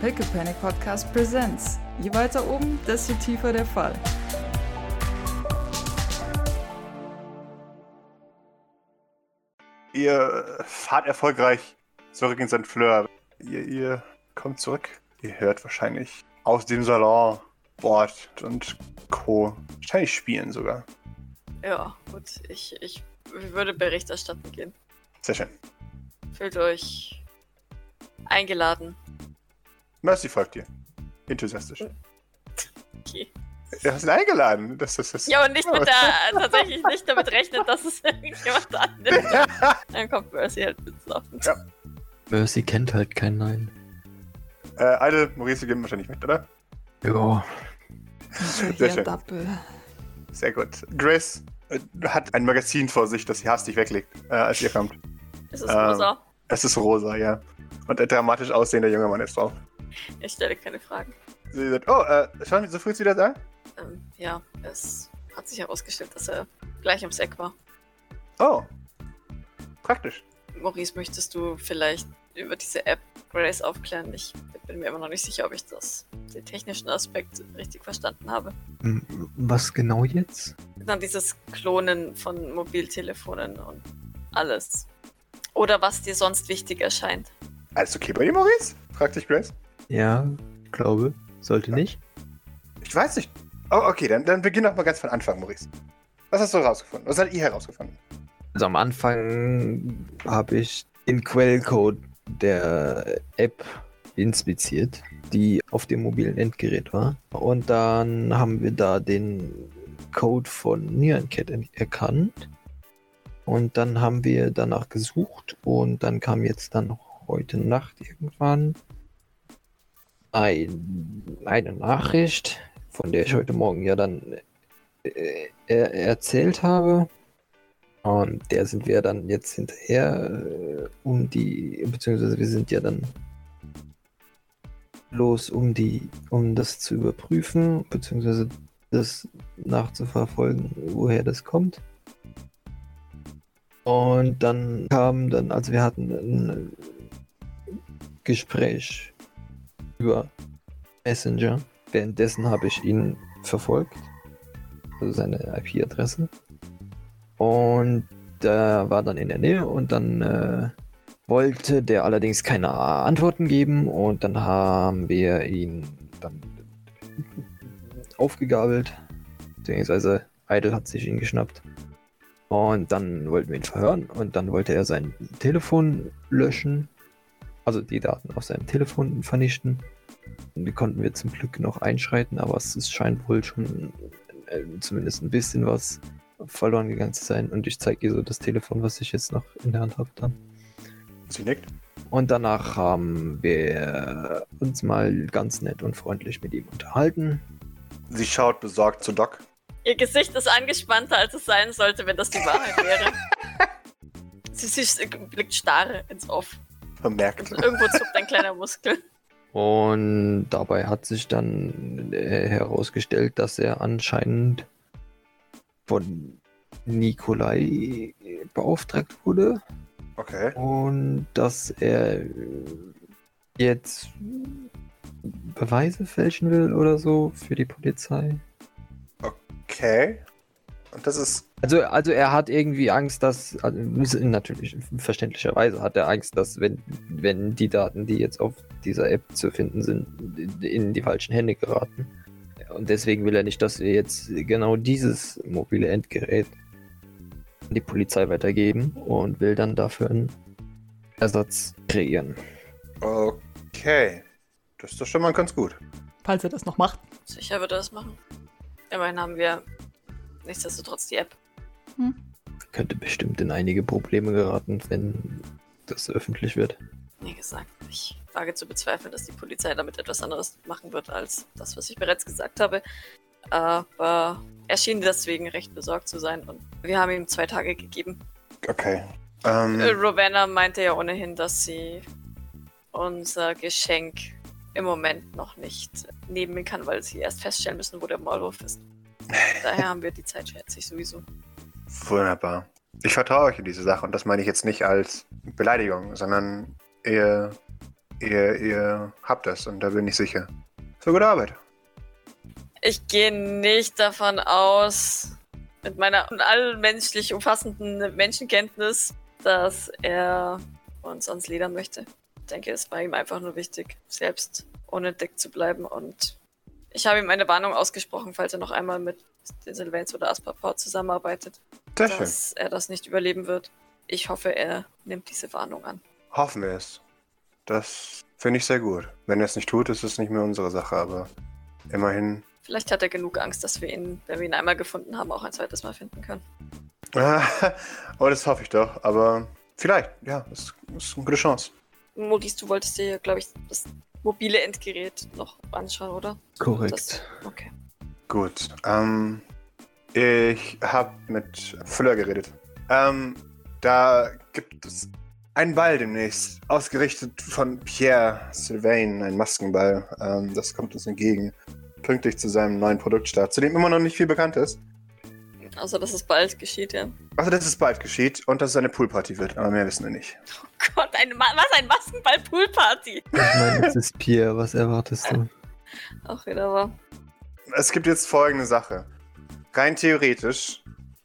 Pickle Panic Podcast presents. Je weiter oben, desto tiefer der Fall. Ihr fahrt erfolgreich zurück in St. Fleur. Ihr, ihr kommt zurück. Ihr hört wahrscheinlich aus dem Salon Bord und Co. Wahrscheinlich spielen sogar. Ja, gut. Ich, ich würde Bericht erstatten gehen. Sehr schön. Fühlt euch eingeladen. Mercy folgt dir. Enthusiastisch. Okay. Du hast ihn eingeladen. Das, das, das. Ja, und nicht mit der, tatsächlich nicht damit rechnet, dass es irgendjemand annimmt. Dann kommt Mercy halt mitlaufen. Ja. Mercy kennt halt kein Nein. Äh, Eide, Maurice, die gehen wahrscheinlich mit, oder? Ja. Sehr Hier schön. Doppel. Sehr gut. Grace äh, hat ein Magazin vor sich, das sie hastig weglegt, äh, als ihr kommt. Es ist Ähm. rosa. Es ist rosa, ja. Und ein dramatisch aussehender junger Mann ist drauf. Ich stelle keine Fragen. Sie sagt, oh, äh, schauen wir so früh ist wieder da? Ähm, ja, es hat sich herausgestellt, dass er gleich ums Eck war. Oh. Praktisch. Maurice, möchtest du vielleicht über diese App Grace aufklären? Ich bin mir immer noch nicht sicher, ob ich das, den technischen Aspekt richtig verstanden habe. Hm, Was genau jetzt? Dann dieses Klonen von Mobiltelefonen und alles. Oder was dir sonst wichtig erscheint. Alles okay bei dir, Maurice? fragt sich Grace. Ja, glaube. Sollte nicht. Ich weiß nicht. Oh, okay, dann, dann beginn doch mal ganz von Anfang, Maurice. Was hast du herausgefunden? Was habt ihr herausgefunden? Also am Anfang habe ich den Quellcode der App inspiziert, die auf dem mobilen Endgerät war. Und dann haben wir da den Code von Nierencat en- erkannt. Und dann haben wir danach gesucht und dann kam jetzt dann noch heute Nacht irgendwann ein, eine Nachricht, von der ich heute Morgen ja dann äh, er, erzählt habe. Und der sind wir dann jetzt hinterher, äh, um die, beziehungsweise wir sind ja dann los, um die, um das zu überprüfen, beziehungsweise das nachzuverfolgen, woher das kommt. Und dann kam dann, also wir hatten ein äh, Gespräch über Messenger. Währenddessen habe ich ihn verfolgt, also seine IP-Adresse. Und da war dann in der Nähe und dann äh, wollte der allerdings keine Antworten geben und dann haben wir ihn dann aufgegabelt, beziehungsweise Idle hat sich ihn geschnappt. Und dann wollten wir ihn verhören und dann wollte er sein Telefon löschen, also die Daten auf seinem Telefon vernichten. Und die konnten wir zum Glück noch einschreiten, aber es ist- scheint wohl schon äh, zumindest ein bisschen was verloren gegangen zu sein. Und ich zeige ihr so das Telefon, was ich jetzt noch in der Hand habe. Dann. Sie nickt. Und danach haben wir uns mal ganz nett und freundlich mit ihm unterhalten. Sie schaut besorgt zu Doc. Ihr Gesicht ist angespannter, als es sein sollte, wenn das die Wahrheit wäre. Sie, sie blickt starr ins Off. Vermerkt. Irgendwo zuckt ein kleiner Muskel. Und dabei hat sich dann äh, herausgestellt, dass er anscheinend von Nikolai äh, beauftragt wurde. Okay. Und dass er äh, jetzt Beweise fälschen will oder so für die Polizei. Okay. Und das ist. Also, also er hat irgendwie Angst, dass, also natürlich, verständlicherweise hat er Angst, dass wenn, wenn die Daten, die jetzt auf dieser App zu finden sind, in die falschen Hände geraten. Und deswegen will er nicht, dass wir jetzt genau dieses mobile Endgerät an die Polizei weitergeben und will dann dafür einen Ersatz kreieren. Okay. Das ist doch schon mal ganz gut. Falls er das noch macht. Sicher würde er das machen. Immerhin haben wir nichtsdestotrotz die App. könnte bestimmt in einige Probleme geraten, wenn das öffentlich wird. Wie gesagt, ich wage zu bezweifeln, dass die Polizei damit etwas anderes machen wird als das, was ich bereits gesagt habe. Aber er schien deswegen recht besorgt zu sein und wir haben ihm zwei Tage gegeben. Okay. Ähm, Äh, Rowena meinte ja ohnehin, dass sie unser Geschenk im Moment noch nicht nehmen kann, weil sie erst feststellen müssen, wo der Maulwurf ist. Daher haben wir die Zeit, schätze ich sowieso. Wunderbar. Ich vertraue euch in diese Sache und das meine ich jetzt nicht als Beleidigung, sondern ihr Ihr, ihr habt das und da bin ich sicher. So gute Arbeit. Ich gehe nicht davon aus, mit meiner allmenschlich umfassenden Menschenkenntnis, dass er uns ans Leder möchte. Ich denke, es war ihm einfach nur wichtig, selbst unentdeckt zu bleiben. Und ich habe ihm eine Warnung ausgesprochen, falls er noch einmal mit den Sylvains oder Asperport zusammenarbeitet, Sehr schön. dass er das nicht überleben wird. Ich hoffe, er nimmt diese Warnung an. Hoffen wir es. Das finde ich sehr gut. Wenn er es nicht tut, ist es nicht mehr unsere Sache, aber immerhin. Vielleicht hat er genug Angst, dass wir ihn, wenn wir ihn einmal gefunden haben, auch ein zweites Mal finden können. aber das hoffe ich doch. Aber vielleicht, ja, das ist eine gute Chance. Maurice, du wolltest dir, glaube ich, das mobile Endgerät noch anschauen, oder? Korrekt. Das, okay. Gut. Ähm, ich habe mit Füller geredet. Ähm, da gibt es einen Ball demnächst, ausgerichtet von Pierre Sylvain, ein Maskenball. Ähm, das kommt uns entgegen, pünktlich zu seinem neuen Produktstart, zu dem immer noch nicht viel bekannt ist. Also, dass es bald geschieht, ja. Also, dass es bald geschieht und dass es eine Poolparty wird, aber mehr wissen wir nicht. Oh Gott, eine Ma was ein Maskenball-Poolparty! Ich meine, es ist Pierre, was erwartest du? Auch wieder wahr. Es gibt jetzt folgende Sache. Rein theoretisch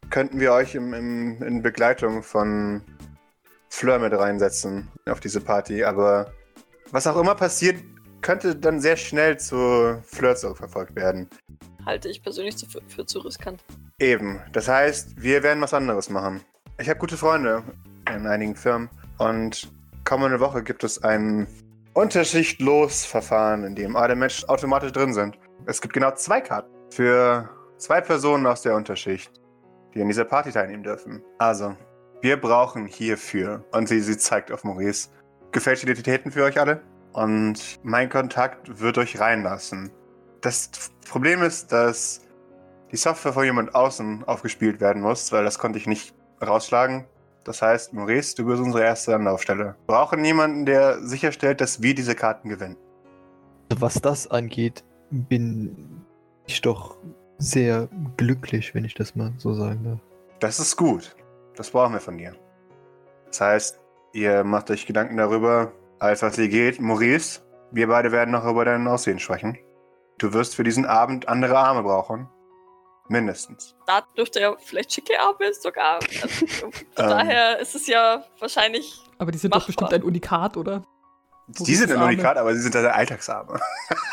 könnten wir euch im, im, in Begleitung von Fleur mit reinsetzen auf diese Party, aber was auch immer passiert, könnte dann sehr schnell zu Fleur zurückverfolgt werden. Halte ich persönlich zu, für, für zu riskant. Eben. Das heißt, wir werden was anderes machen. Ich habe gute Freunde in einigen Firmen und kommende Woche gibt es ein unterschichtlos Verfahren, in dem alle Menschen automatisch drin sind. Es gibt genau zwei Karten für zwei Personen aus der Unterschicht, die an dieser Party teilnehmen dürfen. Also, wir brauchen hierfür, und sie, sie zeigt auf Maurice, gefälschte Identitäten für euch alle und mein Kontakt wird euch reinlassen. Das Problem ist, dass die Software von jemand außen aufgespielt werden muss, weil das konnte ich nicht rausschlagen. Das heißt, Maurice, du bist unsere erste Anlaufstelle. Wir brauchen jemanden, der sicherstellt, dass wir diese Karten gewinnen. Was das angeht, bin ich doch sehr glücklich, wenn ich das mal so sagen darf. Das ist gut. Das brauchen wir von dir. Das heißt, ihr macht euch Gedanken darüber, als was ihr geht. Maurice, wir beide werden noch über dein Aussehen sprechen. Du wirst für diesen Abend andere Arme brauchen. Mindestens. Da dürfte ja vielleicht schicke Arbeit sogar. Also, von daher ist es ja wahrscheinlich. Aber die sind Machbar. doch bestimmt ein Unikat, oder? Die sind Arme. ein Unikat, aber sie sind deine Alltagsarme.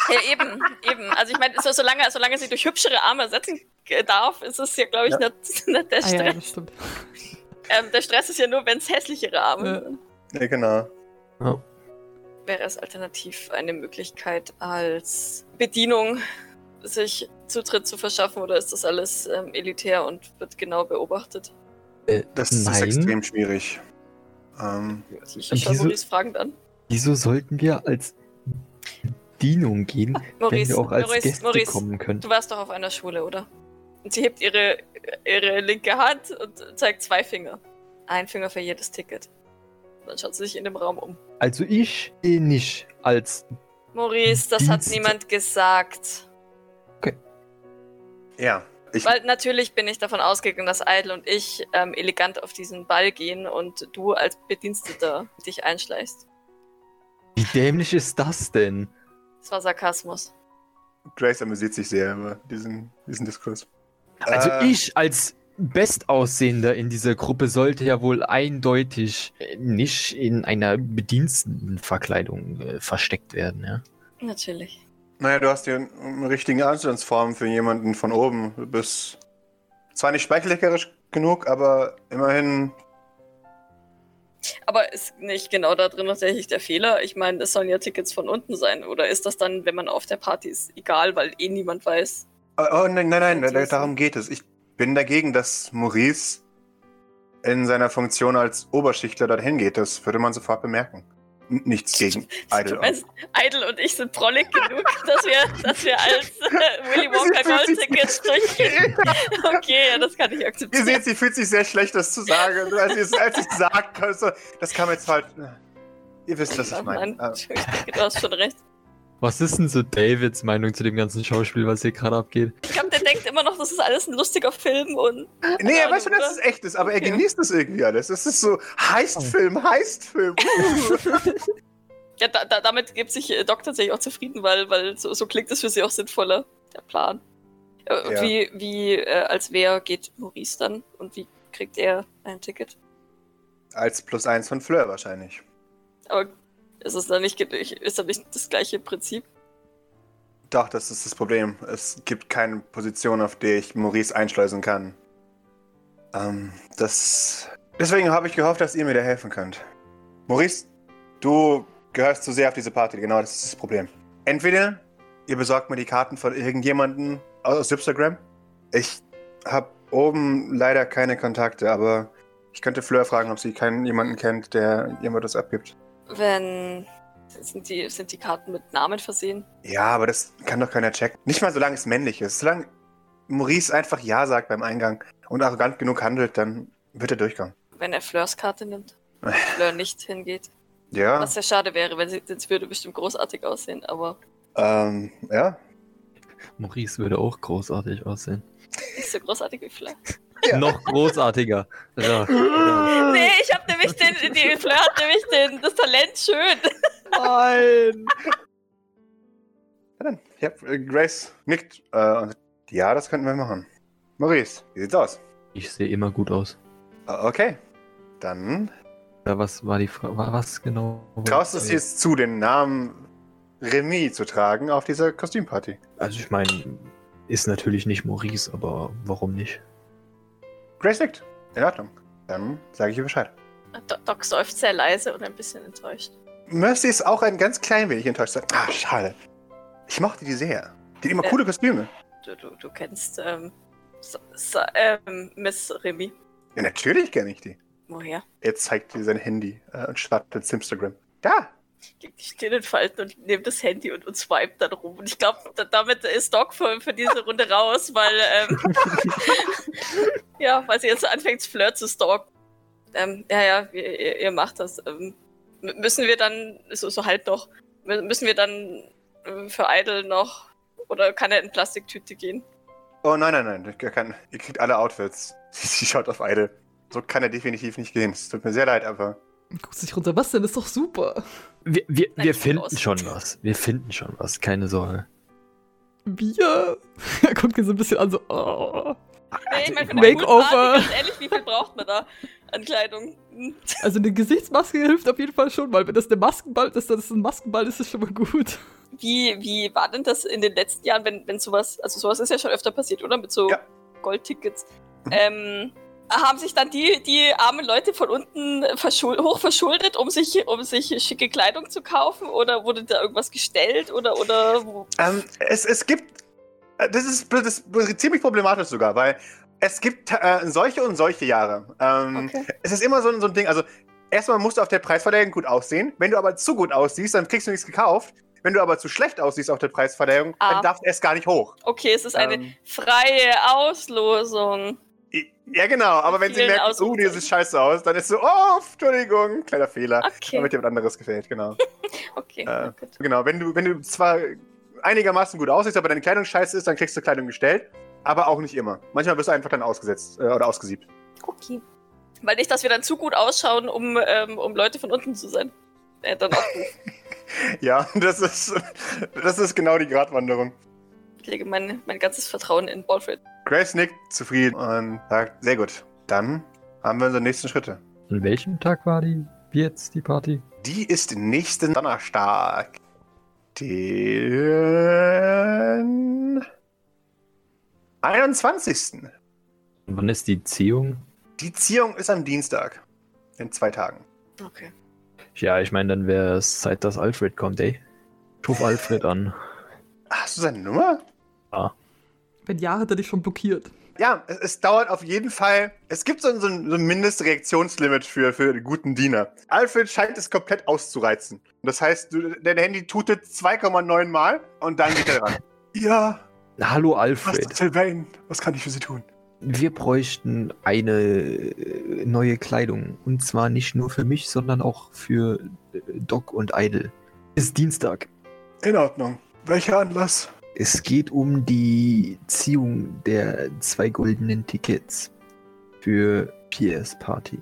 Ja, eben, eben. Also, ich meine, so, solange, solange sie durch hübschere Arme ersetzen äh, darf, ist es ja, glaube ich, Ja. Nicht, nicht der Ah ja, Stress. das stimmt. ähm, der Stress ist ja nur, wenn es hässlichere Arme Ja. sind. ja, genau. wäre es alternativ eine Möglichkeit, als Bedienung sich Zutritt zu verschaffen oder ist das alles ähm, elitär und wird genau beobachtet? Äh, Das ist Nein. extrem schwierig. Ähm, Ich schaue Wieso- Maurice fragend an. Wieso sollten wir als Dienung gehen, wenn Maurice, wir auch als Maurice, Gäste Maurice, kommen können? Du warst doch auf einer Schule, oder? Und sie hebt ihre, ihre linke Hand und zeigt zwei Finger. Ein Finger für jedes Ticket. Dann schaut sie sich in dem Raum um. Also ich eh nicht als Maurice, das hat Dienst- niemand gesagt. ja, ich, Weil natürlich bin ich davon ausgegangen, dass Idle und ich ähm, elegant auf diesen Ball gehen und du als Bediensteter dich einschleichst. Wie dämlich ist das denn? Das war Sarkasmus. Grace amüsiert sich sehr über diesen, diesen Diskurs. Also Äh, ich als Bestaussehender in dieser Gruppe sollte ja wohl eindeutig äh, nicht in einer Bedienstetenverkleidung äh, versteckt werden, ja. Natürlich. Naja, du hast dir eine richtige Anstandsform für jemanden von oben. Du bist zwar nicht speichelleckerisch genug, aber immerhin. Aber ist nicht genau da drin tatsächlich der Fehler? Ich meine, es sollen ja Tickets von unten sein. Oder ist das dann, wenn man auf der Party ist, egal, weil eh niemand weiß? Oh, oh nein, nein, nein, da- da, Interessant. darum geht es. Ich bin dagegen, dass Maurice in seiner Funktion als Oberschichtler dorthin geht. Das würde man sofort bemerken. N- Nichts gegen Du Idol. weißt, Idle und ich sind prollig genug, dass wir, dass wir als äh, Willy Wonka Gold Tickets durchgehen. Okay, ja, das kann ich Ihr akzeptieren. seht, sie fühlt sich sehr schlecht, das zu sagen. Als sie es als ich sagt, so, das kam jetzt halt. Ihr wisst, was ich Ach, meine. Oh Mann, Ah, ich denke, du hast schon recht. Was ist denn so Davids Meinung zu dem ganzen Schauspiel, was hier gerade abgeht? Ich glaube, der denkt immer noch, das ist alles ein lustiger Film und Nee, er Ahnung, weiß schon, dass oder? es echt ist, aber Okay. er genießt es irgendwie alles. Es ist so Heistfilm, Heistfilm. Ja, da, da, damit gibt sich äh, Doc tatsächlich auch zufrieden, weil, weil so, so klingt es für sie auch sinnvoller, der Plan. Äh, Ja. Wie, wie äh, als wer geht Maurice dann und wie kriegt er ein Ticket? Als plus eins von Fleur wahrscheinlich. Aber ist es dann nicht, ge- ist dann nicht das gleiche Prinzip? Doch, das ist das Problem. Es gibt keine Position, auf der ich Maurice einschleusen kann. Ähm, das. Deswegen habe ich gehofft, dass ihr mir da helfen könnt. Maurice, du gehörst zu sehr auf diese Party. Genau, das ist das Problem. Entweder ihr besorgt mir die Karten von irgendjemandem aus Instagram. Ich habe oben leider keine Kontakte, aber ich könnte Fleur fragen, ob sie keinen jemanden kennt, der jemand das abgibt. Wenn. Sind die, sind die Karten mit Namen versehen? Ja, aber das kann doch keiner checken. Nicht mal solange es männlich ist. Solange Maurice einfach Ja sagt beim Eingang und arrogant genug handelt, dann wird er durchkommen. Wenn er Fleurs Karte nimmt? und Fleur nicht hingeht? Ja. Was sehr schade wäre, weil sie, das würde bestimmt großartig aussehen, aber Ähm, ja. Maurice würde auch großartig aussehen. nicht so großartig wie Fleur. Noch großartiger. Ja. Nee, ich hab nämlich den, die Fleur hat nämlich den, das Talent schön. Nein! Na dann. Ja, äh, Grace nickt. Äh, und ja, das könnten wir machen. Maurice, wie sieht's aus? Ich sehe immer gut aus. Äh, okay. Dann Ja, was war die Frage? Was genau? traust du es jetzt zu, den Namen Remy zu tragen auf dieser Kostümparty. Also ich meine, ist natürlich nicht Maurice, aber warum nicht? Grace nickt. In Ordnung. Dann sage ich ihr Bescheid. Do- Doc seufzt sehr leise und ein bisschen enttäuscht. Mercy ist auch ein ganz klein wenig enttäuscht. Sagt, Ah, schade. Ich mochte die sehr. Die hat immer Äh. coole Kostüme. Du, du, du kennst ähm, Sa- Sa- ähm, Miss Remy. Ja, natürlich kenne ich die. Woher? Er zeigt dir sein Handy äh, und startet ins Instagram. Da! Liegt die Stirn in Falten und nimmt das Handy und, und swiped dann rum. Und ich glaube, da, damit ist Doc für, für diese Runde raus, weil ähm, ja, weil sie jetzt anfängt, Flirt zu stalken. Ähm, ja, ja, ihr, ihr- ihr macht das. Ähm, mü- müssen wir dann, so, so halt noch, mü- müssen wir dann ähm, für Idol noch oder kann er in Plastiktüte gehen? Oh nein, nein, nein. ihr kann, ihr kriegt alle Outfits. Sie schaut auf Idle. So kann er definitiv nicht gehen. Es tut mir sehr leid, aber. Guck dich runter, was denn? Ist doch super. Wir, wir, Nein, ich wir bin finden raus. schon was. Wir finden schon was, keine Sorge. Bier. Er guckt ihn so ein bisschen an, so. Oh. Nee, ich mein, für ich- eine gute Makeover. Party, Ganz ehrlich, wie viel braucht man da an Kleidung? Hm. Also eine Gesichtsmaske hilft auf jeden Fall schon, weil wenn das eine Maskenball ist, dann ist es ein Maskenball, ist es schon mal gut. Wie, wie war denn das in den letzten Jahren, wenn, wenn sowas, also sowas ist ja schon öfter passiert, oder? Mit so Ja. Goldtickets. Ähm, haben sich dann die, die armen Leute von unten verschul hoch verschuldet, um sich, um sich schicke Kleidung zu kaufen? Oder wurde da irgendwas gestellt? Oder, oder wo- Ähm, es, es gibt. äh, Das ist, das ist ziemlich problematisch sogar, weil es gibt äh, solche und solche Jahre. Ähm, Okay. Es ist immer so, ein- so ein Ding. Also, erstmal musst du auf der Preisverleihung gut aussehen. Wenn du aber zu gut aussiehst, dann kriegst du nichts gekauft. Wenn du aber zu schlecht aussiehst auf der Preisverleihung, Ah. dann darfst du erst gar nicht hoch. Okay, es ist eine Ähm, freie Auslosung. Ja, genau, aber wenn sie Vielen merken, oh, Ausrufezeichen. dieses scheiße aus, dann ist so, oh, Entschuldigung, kleiner Fehler. Okay, Damit dir was anderes gefällt, genau. okay. äh, gut. genau, wenn du, wenn du zwar einigermaßen gut aussiehst, aber deine Kleidung scheiße ist, dann kriegst du Kleidung gestellt, aber auch nicht immer. Manchmal wirst du einfach dann ausgesetzt äh, oder ausgesiebt. Okay. Weil nicht, dass wir dann zu gut ausschauen, um, ähm, um Leute von unten zu sein. Äh, dann auch doof. Ja, das ist, das ist genau die Gratwanderung. ich lege mein, mein ganzes Vertrauen in Baldred. Grace nickt zufrieden und sagt, sehr gut, dann haben wir unsere nächsten Schritte. An welchem Tag war die jetzt, die Party? Die ist nächsten Donnerstag. Den 21. Und wann ist die Ziehung? Die Ziehung ist am Dienstag. In zwei Tagen. Okay. Ja, ich meine, dann wäre es Zeit, dass Alfred kommt, ey. Ich ruf Alfred an. Hast du seine Nummer? Wenn ja, hat er dich schon blockiert. Ja, es, es dauert auf jeden Fall. Es gibt so ein, so ein, so ein Mindestreaktionslimit für, für einen guten Diener. Alfred scheint es komplett auszureizen. Das heißt, du, dein Handy tutet 2,9 Mal und dann geht er ran. Ja, Hallo was Alfred, Dr. Bain? Was kann ich für Sie tun? wir bräuchten eine äh, neue Kleidung. Und zwar nicht nur für mich, sondern auch für äh, Doc und Idle. Ist Dienstag. In Ordnung. Welcher Anlass? Es geht um die Ziehung der zwei goldenen Tickets für Piers Party.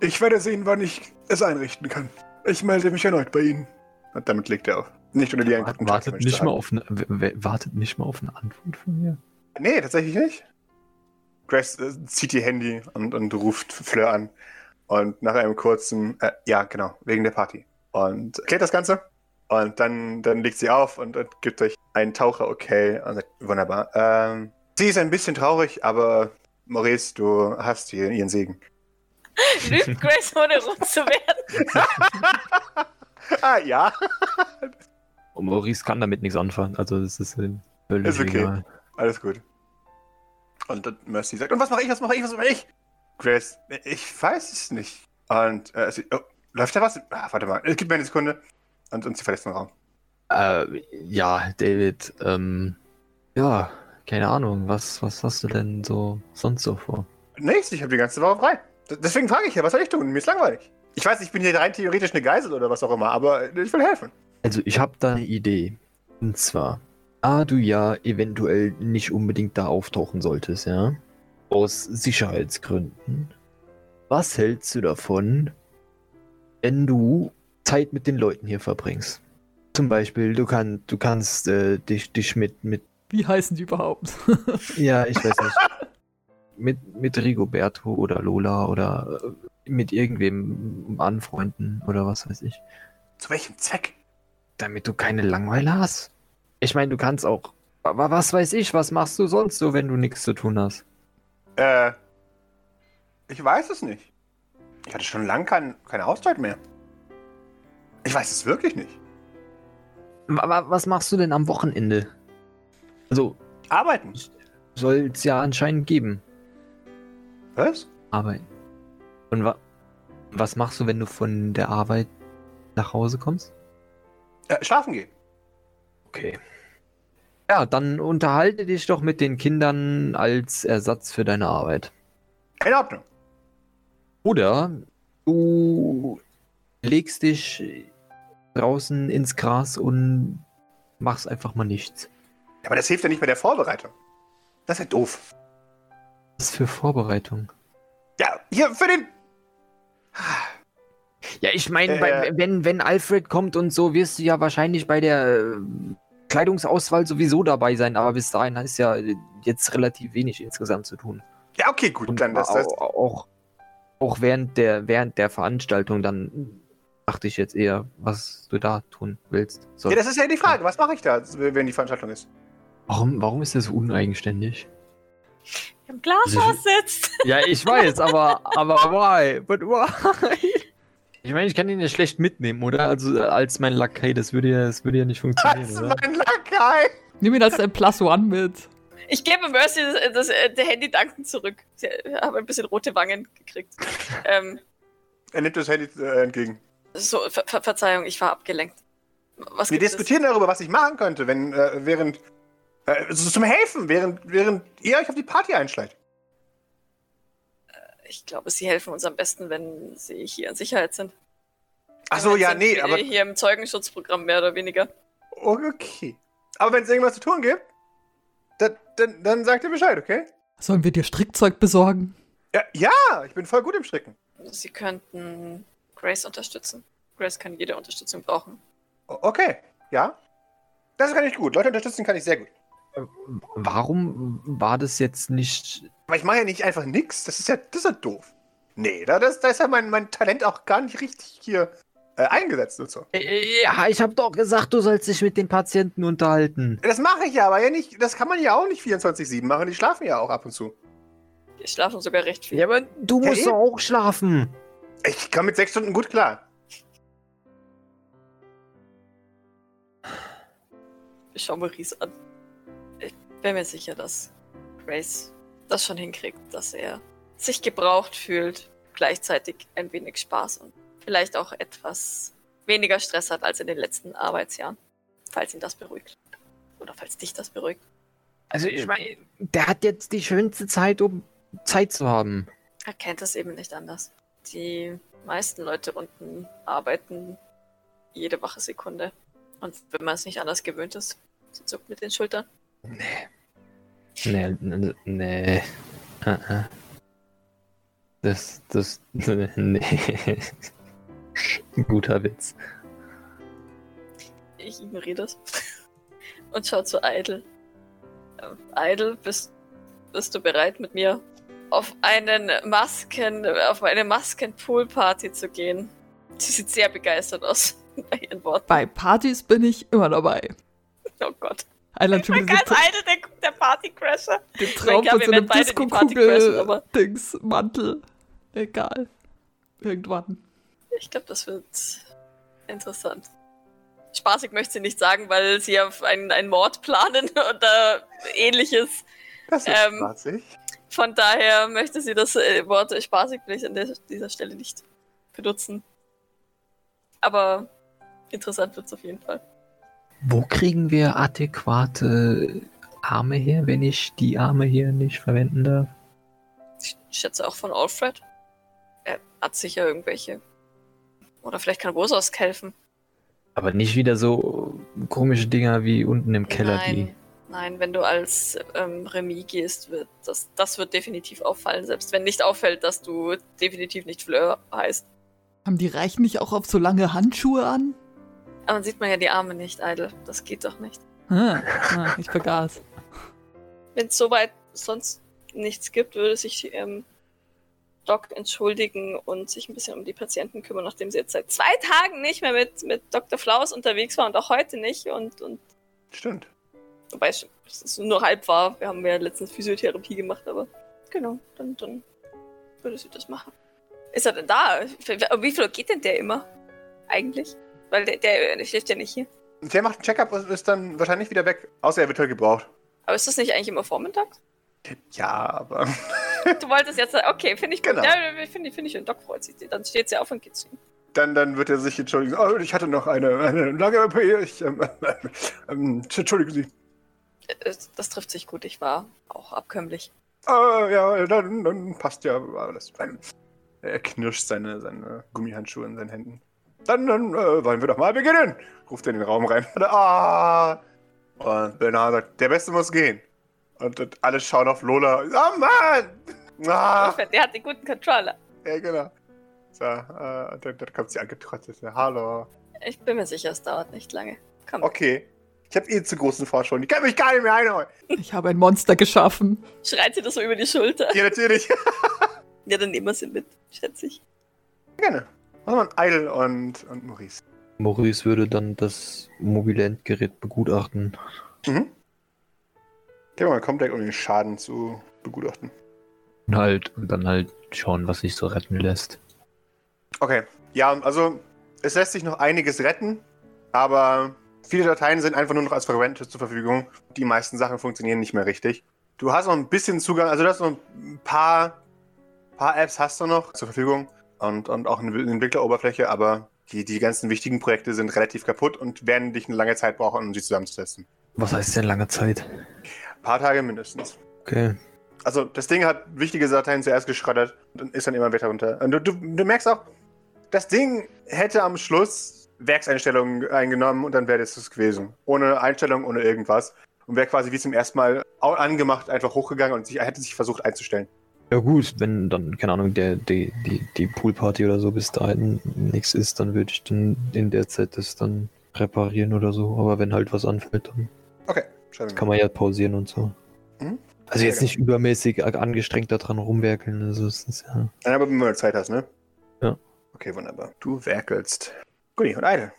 Ich werde sehen, wann ich es einrichten kann. Ich melde mich erneut bei Ihnen. Und damit legt er auf. Nicht ohne die einen Wart- guten Tag, Wartet Mensch, nicht, zu mal haben. auf eine, w- w- wartet nicht mal auf eine Antwort von mir. Nee, tatsächlich nicht. Grace äh, zieht ihr Handy und, und ruft Fleur an. Und nach einem kurzen, äh, ja, genau, wegen der Party. Und erklärt das Ganze. Und dann, dann legt sie auf und, und gibt euch einen Taucher okay. Und sagt, wunderbar. Ähm, sie ist ein bisschen traurig, aber Maurice, du hast hier ihren Segen. Lügt Grace, ohne rot zu werden. Ah, ja. Und Maurice kann damit nichts anfangen. Also das ist äh, völlig Ist okay. egal. Alles gut. Und dann Mercy sagt, und was mache ich, was mache ich, was mache ich? Grace, ich weiß es nicht. Und äh, sie, oh, läuft da was? Ah, warte mal, äh, gib mir eine Sekunde. Und, und sie verlässt den Raum. Äh, ja, David, ähm, ja, keine Ahnung, was, was hast du denn so sonst so vor? Nichts, ich habe die ganze Woche frei. D deswegen frage ich ja, was soll ich tun? Mir ist langweilig. Ich weiß, ich bin hier rein theoretisch eine Geisel oder was auch immer, aber ich will helfen. Also ich habe da eine Idee. Und zwar, da du ja eventuell nicht unbedingt da auftauchen solltest, ja, aus Sicherheitsgründen, was hältst du davon, wenn du Zeit mit den Leuten hier verbringst? Zum Beispiel, du, kann, du kannst äh, dich, dich mit, mit, Wie heißen die überhaupt? ja, ich weiß nicht, mit, mit Rigoberto oder Lola oder äh, mit irgendwem anfreunden oder was weiß ich. Zu welchem Zweck? Damit du keine Langeweile hast. Ich meine, du kannst auch. Aber was weiß ich, was machst du sonst so, wenn du nichts zu tun hast? Äh, ich weiß es nicht. Ich hatte schon lange kein, keine Auszeit mehr. Ich weiß es wirklich nicht. Wa- wa- was machst du denn am Wochenende? Also, Arbeiten. soll es ja anscheinend geben. Was? Arbeit. Und wa was machst du, wenn du von der Arbeit nach Hause kommst? Äh, schlafen gehen. Okay. Ja, dann unterhalte dich doch mit den Kindern als Ersatz für deine Arbeit. In Ordnung. Oder du legst dich draußen ins Gras und machst einfach mal nichts. Ja, Aber das hilft ja nicht bei der Vorbereitung. Das ist ja doof. Was für Vorbereitung? Ja, hier für den. Ja, ich meine, Äh, bei- wenn, wenn Alfred kommt und so, wirst du ja wahrscheinlich bei der äh, Kleidungsauswahl sowieso dabei sein, aber bis dahin ist ja äh, jetzt relativ wenig insgesamt zu tun. Ja, okay, gut, Und dann das, das. au- auch, auch während, der, während der Veranstaltung, dann dachte ich jetzt eher, was du da tun willst. Ja, das ist ja die Frage. Was mache ich da, wenn die Veranstaltung ist? warum, warum ist das so uneigenständig? Im Glashaus sitzt. Ja, ich weiß, aber, aber why? But why? Ich meine, ich kann ihn ja schlecht mitnehmen, oder? Also äh, als mein Lakai, das würde ja, das würde ja nicht funktionieren, Das ist oder? mein Lakai. Nimm ihn als ein Plus One mit. Ich gebe Mercy das, das, äh, der Handy danken zurück. Sie haben ein bisschen rote Wangen gekriegt. ähm, Er nimmt das Handy äh, entgegen. so, Ver Ver Verzeihung, ich war abgelenkt. Was Wir gibt es? diskutieren darüber, was ich machen könnte, wenn äh, während äh, so zum Helfen, während während ihr euch auf die Party einschleicht. Ich glaube, sie helfen uns am besten, wenn sie hier in Sicherheit sind. Ach so, Damit ja, sind nee, wir aber Hier im Zeugenschutzprogramm mehr oder weniger. okay. Aber wenn es irgendwas zu tun gibt, dann, dann, dann sagt ihr Bescheid, okay? Sollen wir dir Strickzeug besorgen? Ja, ja, ich bin voll gut im Stricken. Sie könnten Grace unterstützen. Grace kann jede Unterstützung brauchen. O- Okay, ja. Das kann ich gut. Leute unterstützen kann ich sehr gut. Warum war das jetzt nicht. Aber ich mache ja nicht einfach nix. Das ist ja, das ist ja doof. Nee, da, das, da ist ja mein, mein Talent auch gar nicht richtig hier äh, eingesetzt und so. Äh, Ja, ich habe doch gesagt, du sollst dich mit den Patienten unterhalten. Das mache ich ja, aber ja nicht, das kann man ja auch nicht 24-7 machen. Die schlafen ja auch ab und zu. Die schlafen sogar recht viel. Ja, aber du Ja, musst eben. doch auch schlafen. Ich komme mit sechs Stunden gut klar. Ich schaue Maurice an. Ich bin mir sicher, dass Grace das schon hinkriegt, dass er sich gebraucht fühlt, gleichzeitig ein wenig Spaß und vielleicht auch etwas weniger Stress hat als in den letzten Arbeitsjahren. Falls ihn das beruhigt. Oder falls dich das beruhigt. Also, ich meine, der hat jetzt die schönste Zeit, um Zeit zu haben. Er kennt es eben nicht anders. Die meisten Leute unten arbeiten jede wache Sekunde. Und wenn man es nicht anders gewöhnt ist, sie zuckt mit den Schultern. Nee, nee, nee. Ah, ah. Das, das, nee. Guter Witz. Ich ignoriere das. Und schau zu Idle. Ähm, Idle, bist, bist du bereit mit mir auf einen Masken, auf eine Masken-Pool-Party zu gehen? Sie sieht sehr begeistert aus bei ihren Worten. Bei Partys bin ich immer dabei. Oh Gott. Island Ich bin ganz Oh Idle, der, der Party-Crasher. den Traum klar, von wir so werden einem beide die Party crashen, aber- Disco-Kugel-Dings-Mantel. Egal. Irgendwann. Ich glaube, das wird interessant. Spaßig möchte sie nicht sagen, weil sie auf einen, einen Mord planen oder ähnliches. Das ist Ähm, spaßig. Von daher möchte sie das äh, Wort spaßig vielleicht an der, dieser Stelle nicht benutzen. Aber interessant wird es auf jeden Fall. Wo kriegen wir adäquate Arme her, wenn ich die Arme hier nicht verwenden darf? Ich schätze auch von Alfred. Er hat sicher irgendwelche. Oder vielleicht kann Rosos helfen. Aber nicht wieder so komische Dinger wie unten im Keller, Nein, nein, wenn du als ähm, Remy gehst, wird das, das wird definitiv auffallen, selbst wenn nicht auffällt, dass du definitiv nicht Fleur heißt. Haben die Reichen nicht auch auf so lange Handschuhe an? Aber dann sieht man ja die Arme nicht, Idle. Das geht doch nicht. Ah, ah, ich vergaß. Wenn es soweit sonst nichts gibt, würde sich ähm, Doc entschuldigen und sich ein bisschen um die Patienten kümmern, nachdem sie jetzt seit zwei Tagen nicht mehr mit, mit Dr. Flaus unterwegs war und auch heute nicht. Und, und Stimmt. wobei es es nur halb war. Wir haben ja letztens Physiotherapie gemacht, aber genau, dann, dann würde sie das machen. Ist er denn da? Um wie viel Uhr geht denn der immer? Eigentlich? Weil der, der schläft ja nicht hier. Der macht einen Check-up und ist dann wahrscheinlich wieder weg. Außer er wird halt gebraucht. Aber ist das nicht eigentlich immer vormittags? Ja, aber. Du wolltest jetzt sagen, okay, finde ich gut. Genau. Ja, finde ich, finde ich, und Doc freut sich. Dann steht sie auf und geht zu ihm. Dann, dann wird er sich entschuldigen. Oh, ich hatte noch eine, eine lange OP. Ich, ähm, ähm, entschuldigen Sie. Äh, Das trifft sich gut, ich war auch abkömmlich. Ah, ja, dann, dann passt ja alles. Er knirscht seine, seine Gummihandschuhe in seinen Händen. Dann, dann äh, wollen wir doch mal beginnen, ruft er in den Raum rein. Ah! Und Bernard sagt, der Beste muss gehen. Und, und alle schauen auf Lola. Ah, Mann! Ah! Alfred, Der hat den guten Controller. Ja, genau. So, äh, und dann, dann kommt sie angetrottet. Hallo. Ich bin mir sicher, es dauert nicht lange. Komm, Okay. Ich habe eh zu großen Vorschulen. Die kann mich gar nicht mehr einholen. Ich habe ein Monster geschaffen. schreit sie das so über die Schulter. Ja, natürlich. Ja, dann nehmen wir sie mit, schätze ich. Gerne. Machen wir einen Idol und, und Maurice. die. Maurice würde dann das mobile Endgerät begutachten. Mhm. Gehen wir mal komplett, um den Schaden zu begutachten. Und halt, und dann halt schauen, was sich so retten lässt. Okay. Ja, also es lässt sich noch einiges retten, aber viele Dateien sind einfach nur noch als Fragmente zur Verfügung. Die meisten Sachen funktionieren nicht mehr richtig. Du hast noch ein bisschen Zugang, also du hast noch ein paar, paar Apps hast du noch zur Verfügung und, und auch eine Entwickleroberfläche, aber die, die ganzen wichtigen Projekte sind relativ kaputt und werden dich eine lange Zeit brauchen, um sie zusammenzusetzen. Was heißt denn lange Zeit? Ein paar Tage mindestens. Okay. Also das Ding hat wichtige Dateien zuerst geschreddert und ist dann immer weiter runter. Und du, du, du merkst auch, das Ding hätte am Schluss Werkseinstellungen eingenommen und dann wäre das es gewesen. Ohne Einstellung, ohne irgendwas. Und wäre quasi wie zum ersten Mal au- angemacht einfach hochgegangen und sich, hätte sich versucht einzustellen. Ja gut, wenn dann, keine Ahnung, der, die, die, die Poolparty oder so bis dahin nichts ist, dann würde ich dann in der Zeit das dann reparieren oder so. Aber wenn halt was anfällt, dann Okay, schreiben kann man ja pausieren und so. Mhm. Also jetzt Ja, nicht übermäßig a- angestrengt daran rumwerkeln, also es ist ja. Dann aber, wenn du Zeit hast, ne? Ja. Okay, wunderbar. Du werkelst. Guti und Idle.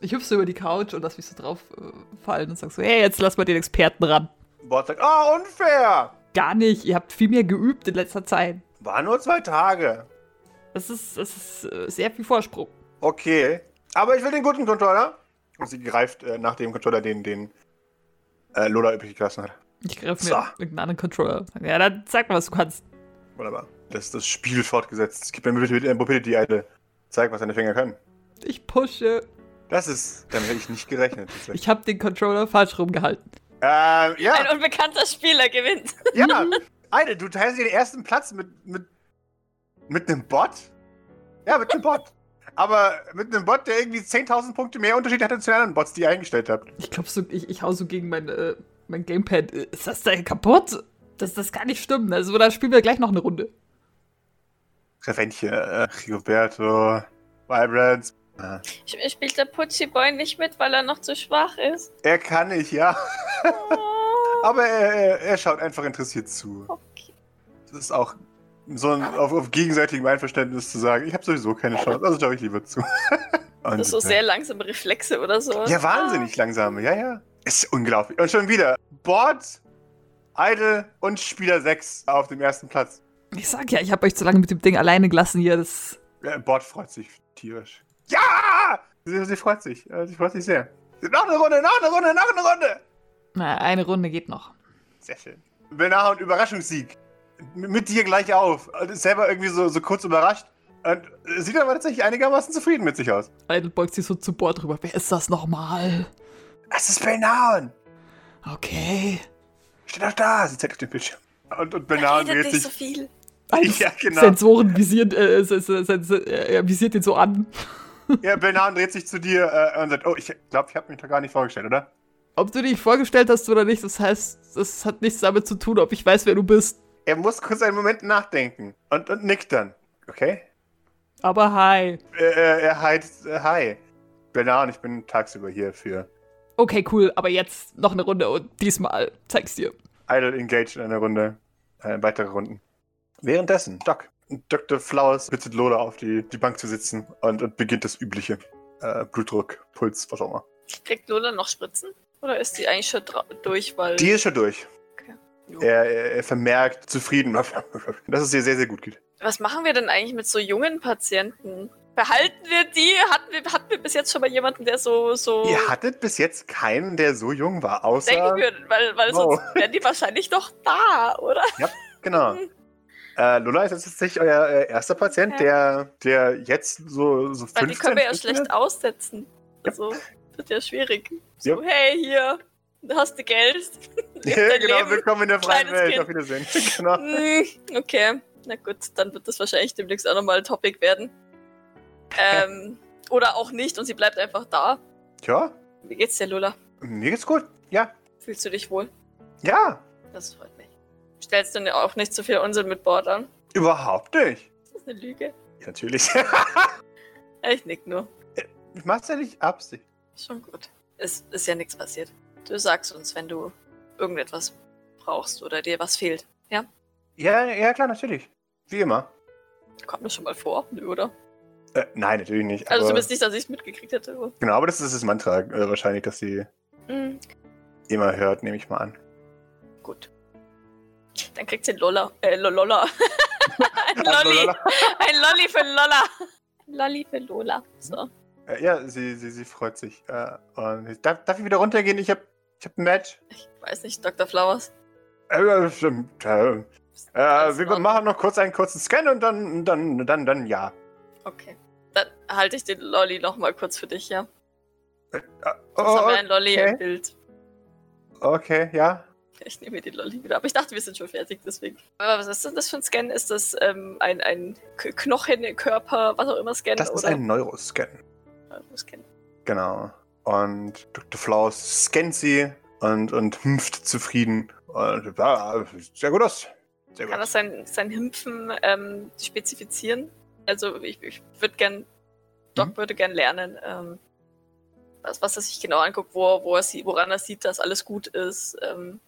Ich hüpfe so über die Couch und lass mich so drauf äh, fallen und sag so, hey, jetzt lass mal den Experten ran. Bord sagt, ah, unfair! Gar nicht, ihr habt viel mehr geübt in letzter Zeit. War nur zwei Tage. Das ist, das ist äh, sehr viel Vorsprung. Okay. Aber ich will den guten Controller. Und sie greift äh, nach dem Controller, den, den äh, Lola übrig gelassen hat. Ich greife mir So. irgendeinen anderen Controller. Ja, dann sag mal, was du kannst. Wunderbar. Das ist das Spiel fortgesetzt. Gib mir bitte bitte ein Mobility eine. Zeig, was deine Finger können. Ich pushe. Das ist. Damit hätte ich nicht gerechnet. Ich habe den Controller falsch rumgehalten. ähm, Ein ja, unbekannter Spieler gewinnt. ja. Eine, du teilst dir den ersten Platz mit. mit. mit einem Bot? Ja, mit einem Bot. Aber mit einem Bot, der irgendwie 10.000 Punkte mehr Unterschied hatte zu den anderen Bots, die ihr eingestellt habt. Ich glaube, so, ich, ich hau so gegen mein, äh, mein Gamepad. Äh, Ist das da kaputt? Das, das kann nicht stimmen. Also, da spielen wir gleich noch eine Runde. Reventje, äh, Rigoberto, Vibrance, Ah. Sp- Spielt der Putzi Boy nicht mit, weil er noch zu schwach ist? Er kann nicht, ja. Ah. Oh, Aber er, er, er schaut einfach interessiert zu. okay. Das ist auch so ein, auf, auf gegenseitigem Einverständnis zu sagen, ich habe sowieso keine Chance, also schaue ich lieber zu. Und, Das ist so äh, sehr langsame Reflexe oder so. Ah. Ja, wahnsinnig langsam, ja, ja. Ist unglaublich. Und schon wieder Bord, Idle und Spieler 6 auf dem ersten Platz. Ich sag ja, ich habe euch zu lange mit dem Ding alleine gelassen hier. Das Äh, Bord freut sich tierisch. Ja! Sie, sie freut sich, äh, sie freut sich sehr. Noch eine Runde, noch eine Runde, noch eine Runde! na, eine Runde geht noch. Sehr schön. Will nachher einen Überraschungssieg. M- Mit dir gleich auf. Und ist selber irgendwie so, so kurz überrascht. Und äh, sieht aber tatsächlich einigermaßen zufrieden mit sich aus. Idle beugt sich so zu Bord drüber. Wer ist das nochmal? Es ist Belnaun! Okay. Steht doch da! Sie zeigt auf den Bildschirm. Und, und Belnaun Redet dreht nicht so sich. viel. Ja, genau. Sensoren visiert, äh, s- s- s- äh, er visiert ihn so an. Ja, Belnaun dreht sich zu dir äh, und sagt: Oh, ich glaube, ich habe mich doch gar nicht vorgestellt, oder? Ob du dich vorgestellt hast oder nicht, das heißt, das hat nichts damit zu tun, ob ich weiß, wer du bist. Er muss kurz einen Moment nachdenken und, und nickt dann. Okay? Aber hi. Äh, äh, er heißt äh, Hi. Belnaun, ich bin tagsüber hier für Okay, cool, aber jetzt noch eine Runde und diesmal zeig's dir. Idle Engage in einer Runde, äh, weitere Runden. Währenddessen, Doc. Dr. Flowers bittet Lola auf die, die Bank zu sitzen und, und beginnt das übliche. Äh, Blutdruck, Puls, was auch immer. Kriegt Lola noch Spritzen? Oder ist die eigentlich schon dra- durch, weil. Die ist schon durch. Okay. Er, er, er vermerkt zufrieden, dass es ihr sehr, sehr gut geht. Was machen wir denn eigentlich mit so jungen Patienten? Behalten wir die? Hatten wir, hatten wir bis jetzt schon mal jemanden, der so. so Ihr hattet bis jetzt keinen, der so jung war, außer... denken würden? Weil, weil Wow. sonst wären die wahrscheinlich doch da, oder? Genau. Mhm. Äh, Lola ist jetzt tatsächlich euer äh, erster Patient, der, der jetzt so, so 15... Weil die können wir ja 15 schlecht ist. aussetzen. Ja. Also, wird ja schwierig. Ja. So, hey, hier, hast du Geld? Ja, dein genau, Leben, willkommen in der freien kleines Welt. Kind. Auf Wiedersehen. genau. Hm, okay, na gut, dann wird das wahrscheinlich demnächst auch nochmal ein Topic werden. Ähm, oder auch nicht und sie bleibt einfach da. Ja, Wie geht's dir, Lola? mir geht's gut. Ja, Fühlst du dich wohl? ja, Das freut mich. Stellst du auch nicht so viel Unsinn mit Bord an? überhaupt nicht. Ist das eine Lüge? Ja, natürlich. Ja, Ich nick nur. ich mach's ja nicht absichtlich. Schon gut. Es ist ja nichts passiert. Du sagst uns, wenn du irgendetwas brauchst oder dir was fehlt. Ja? Ja, ja, klar, natürlich. Wie immer. Kommt das schon mal vor, Nö, oder? Äh, nein, natürlich nicht. Also aber, zumindest nicht, dass ich es mitgekriegt hätte. aber- Genau, aber das ist das Mantra äh, wahrscheinlich, dass sie Hm, immer hört, nehme ich mal an. gut. Dann kriegt sie ein Lolla. Äh, Lo- Lolla. ein Lolli. Ein Lolli für Lolla. Ein Lolli für Lola. So. Äh, ja, sie, sie, sie freut sich. Äh, und ich, darf, darf ich wieder runtergehen? Ich hab, ich hab ein Match. Ich weiß nicht, Dr. Flowers. Äh, äh, stimmt. Äh, Ist äh, alles in wir Ordnung? machen noch kurz einen kurzen Scan und dann, dann, dann, dann ja. Okay. Dann halte ich den Lolli nochmal kurz für dich, ja? Äh, Jetzt haben wir oh, einen Lolli okay. im Bild. okay, ja. Ich nehme mir die Lolli wieder. Aber ich dachte, wir sind schon fertig, deswegen. Aber was ist denn das für ein Scan? Ist das ähm, ein, ein K- Knochen, Körper, was auch immer Scan? Das ist oder? ein Neuroscan. Äh, Scan. Genau. Und Dr. Flaus scannt sie und, und hümpft zufrieden. Und ja, sieht sehr gut aus. Sehr gut. Kann das sein, sein Himpfen ähm, spezifizieren? Also ich, ich würde gern, Doc Mhm. würde gern lernen, ähm, was, was er sich genau anguckt, wo, wo er sie, woran er sieht, dass alles gut ist. Ähm,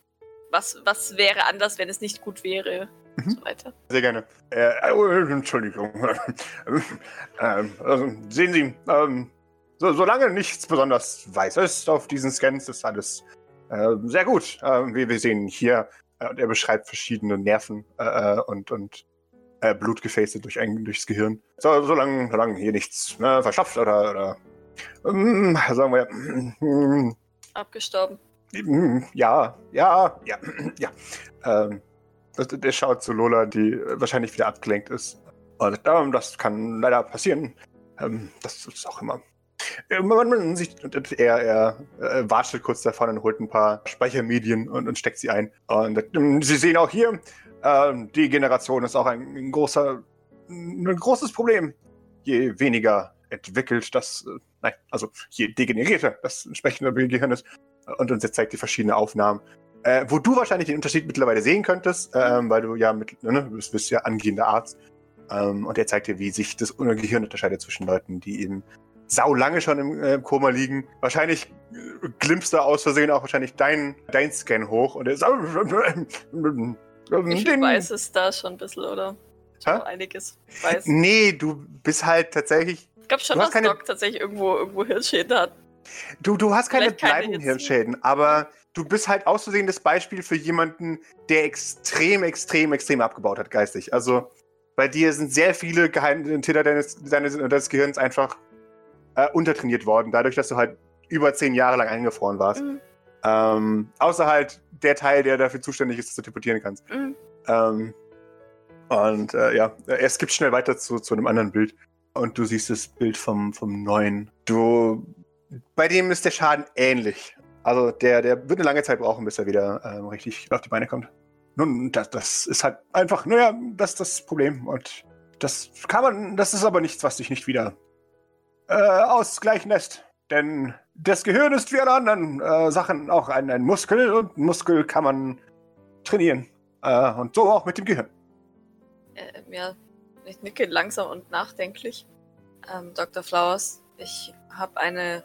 was, was wäre anders, wenn es nicht gut wäre? Mhm. Und so weiter. Sehr gerne. Äh, oh, Entschuldigung. ähm, also, sehen Sie, ähm, so, solange nichts besonders weiß ist auf diesen Scans, ist alles äh, sehr gut. Ähm, wie wir sehen hier, äh, und er beschreibt verschiedene Nerven äh, äh, und, und äh, Blutgefäße durch ein, durchs Gehirn. So, solange, solange hier nichts ne, verstopft oder, oder ähm, sagen wir, ähm, Abgestorben. ähm, ja, ja, ja, ja. Ähm, das- der schaut zu Lola, die äh, wahrscheinlich wieder abgelenkt ist. Und sagt, ähm, das kann leider passieren. Ähm, das ist auch immer. Äh, Man, man sieht, und- und er, er äh, watschelt kurz davon und holt ein paar Speichermedien und, und steckt sie ein. Und sagt, ähm, Sie sehen auch hier, ähm, die Generation ist auch ein, ein großer, ein großes Problem. Je weniger entwickelt das, äh, nein, also je degenerierter das entsprechende Gehirn ist. äh, Und uns jetzt zeigt die verschiedenen Aufnahmen äh, wo du wahrscheinlich den Unterschied mittlerweile sehen könntest, ähm, weil du ja mit, ne, du bist, bist ja angehender Arzt. Ähm, und er zeigt dir, wie sich das Gehirn unterscheidet zwischen Leuten, die eben sau lange schon im äh, Koma liegen. Wahrscheinlich äh, glimpst da aus Versehen auch wahrscheinlich dein, dein Scan hoch und er ist. Ich Ich weiß es da schon ein bisschen, oder? Ich Hä? hab einiges. Ich weiß. Nee, du bist halt tatsächlich. Es gab schon, Du hast dass keine- Doc tatsächlich irgendwo, irgendwo Hirnschäden hat. Du, du hast keine Vielleicht keine bleibenden Hitze. Hirnschäden, aber du bist halt aus Versehen das Beispiel für jemanden, der extrem, extrem, extrem abgebaut hat, geistig. Also bei dir sind sehr viele Geheimtäter deines, deines, deines Gehirns einfach äh, untertrainiert worden, dadurch, dass du halt über zehn Jahre lang eingefroren warst. Mhm. Ähm, außer halt der Teil, der dafür zuständig ist, dass du teleportieren kannst. Mhm. Ähm, und äh, ja, es gibt schnell weiter zu, zu einem anderen Bild. Und du siehst das Bild vom, vom neuen. Du. Bei dem ist der Schaden ähnlich. Also der, der wird eine lange Zeit brauchen, bis er wieder ähm, richtig auf die Beine kommt. Nun, das, das ist halt einfach, naja, das ist das Problem. Und das kann man, das ist aber nichts, was dich nicht wieder äh, ausgleichen lässt. Denn das Gehirn ist wie alle anderen äh, Sachen auch ein, ein Muskel und Muskel kann man trainieren. Äh, und so auch mit dem Gehirn. Äh, ja, ich nicke langsam und nachdenklich. Ähm, Dr. Flowers, ich habe eine,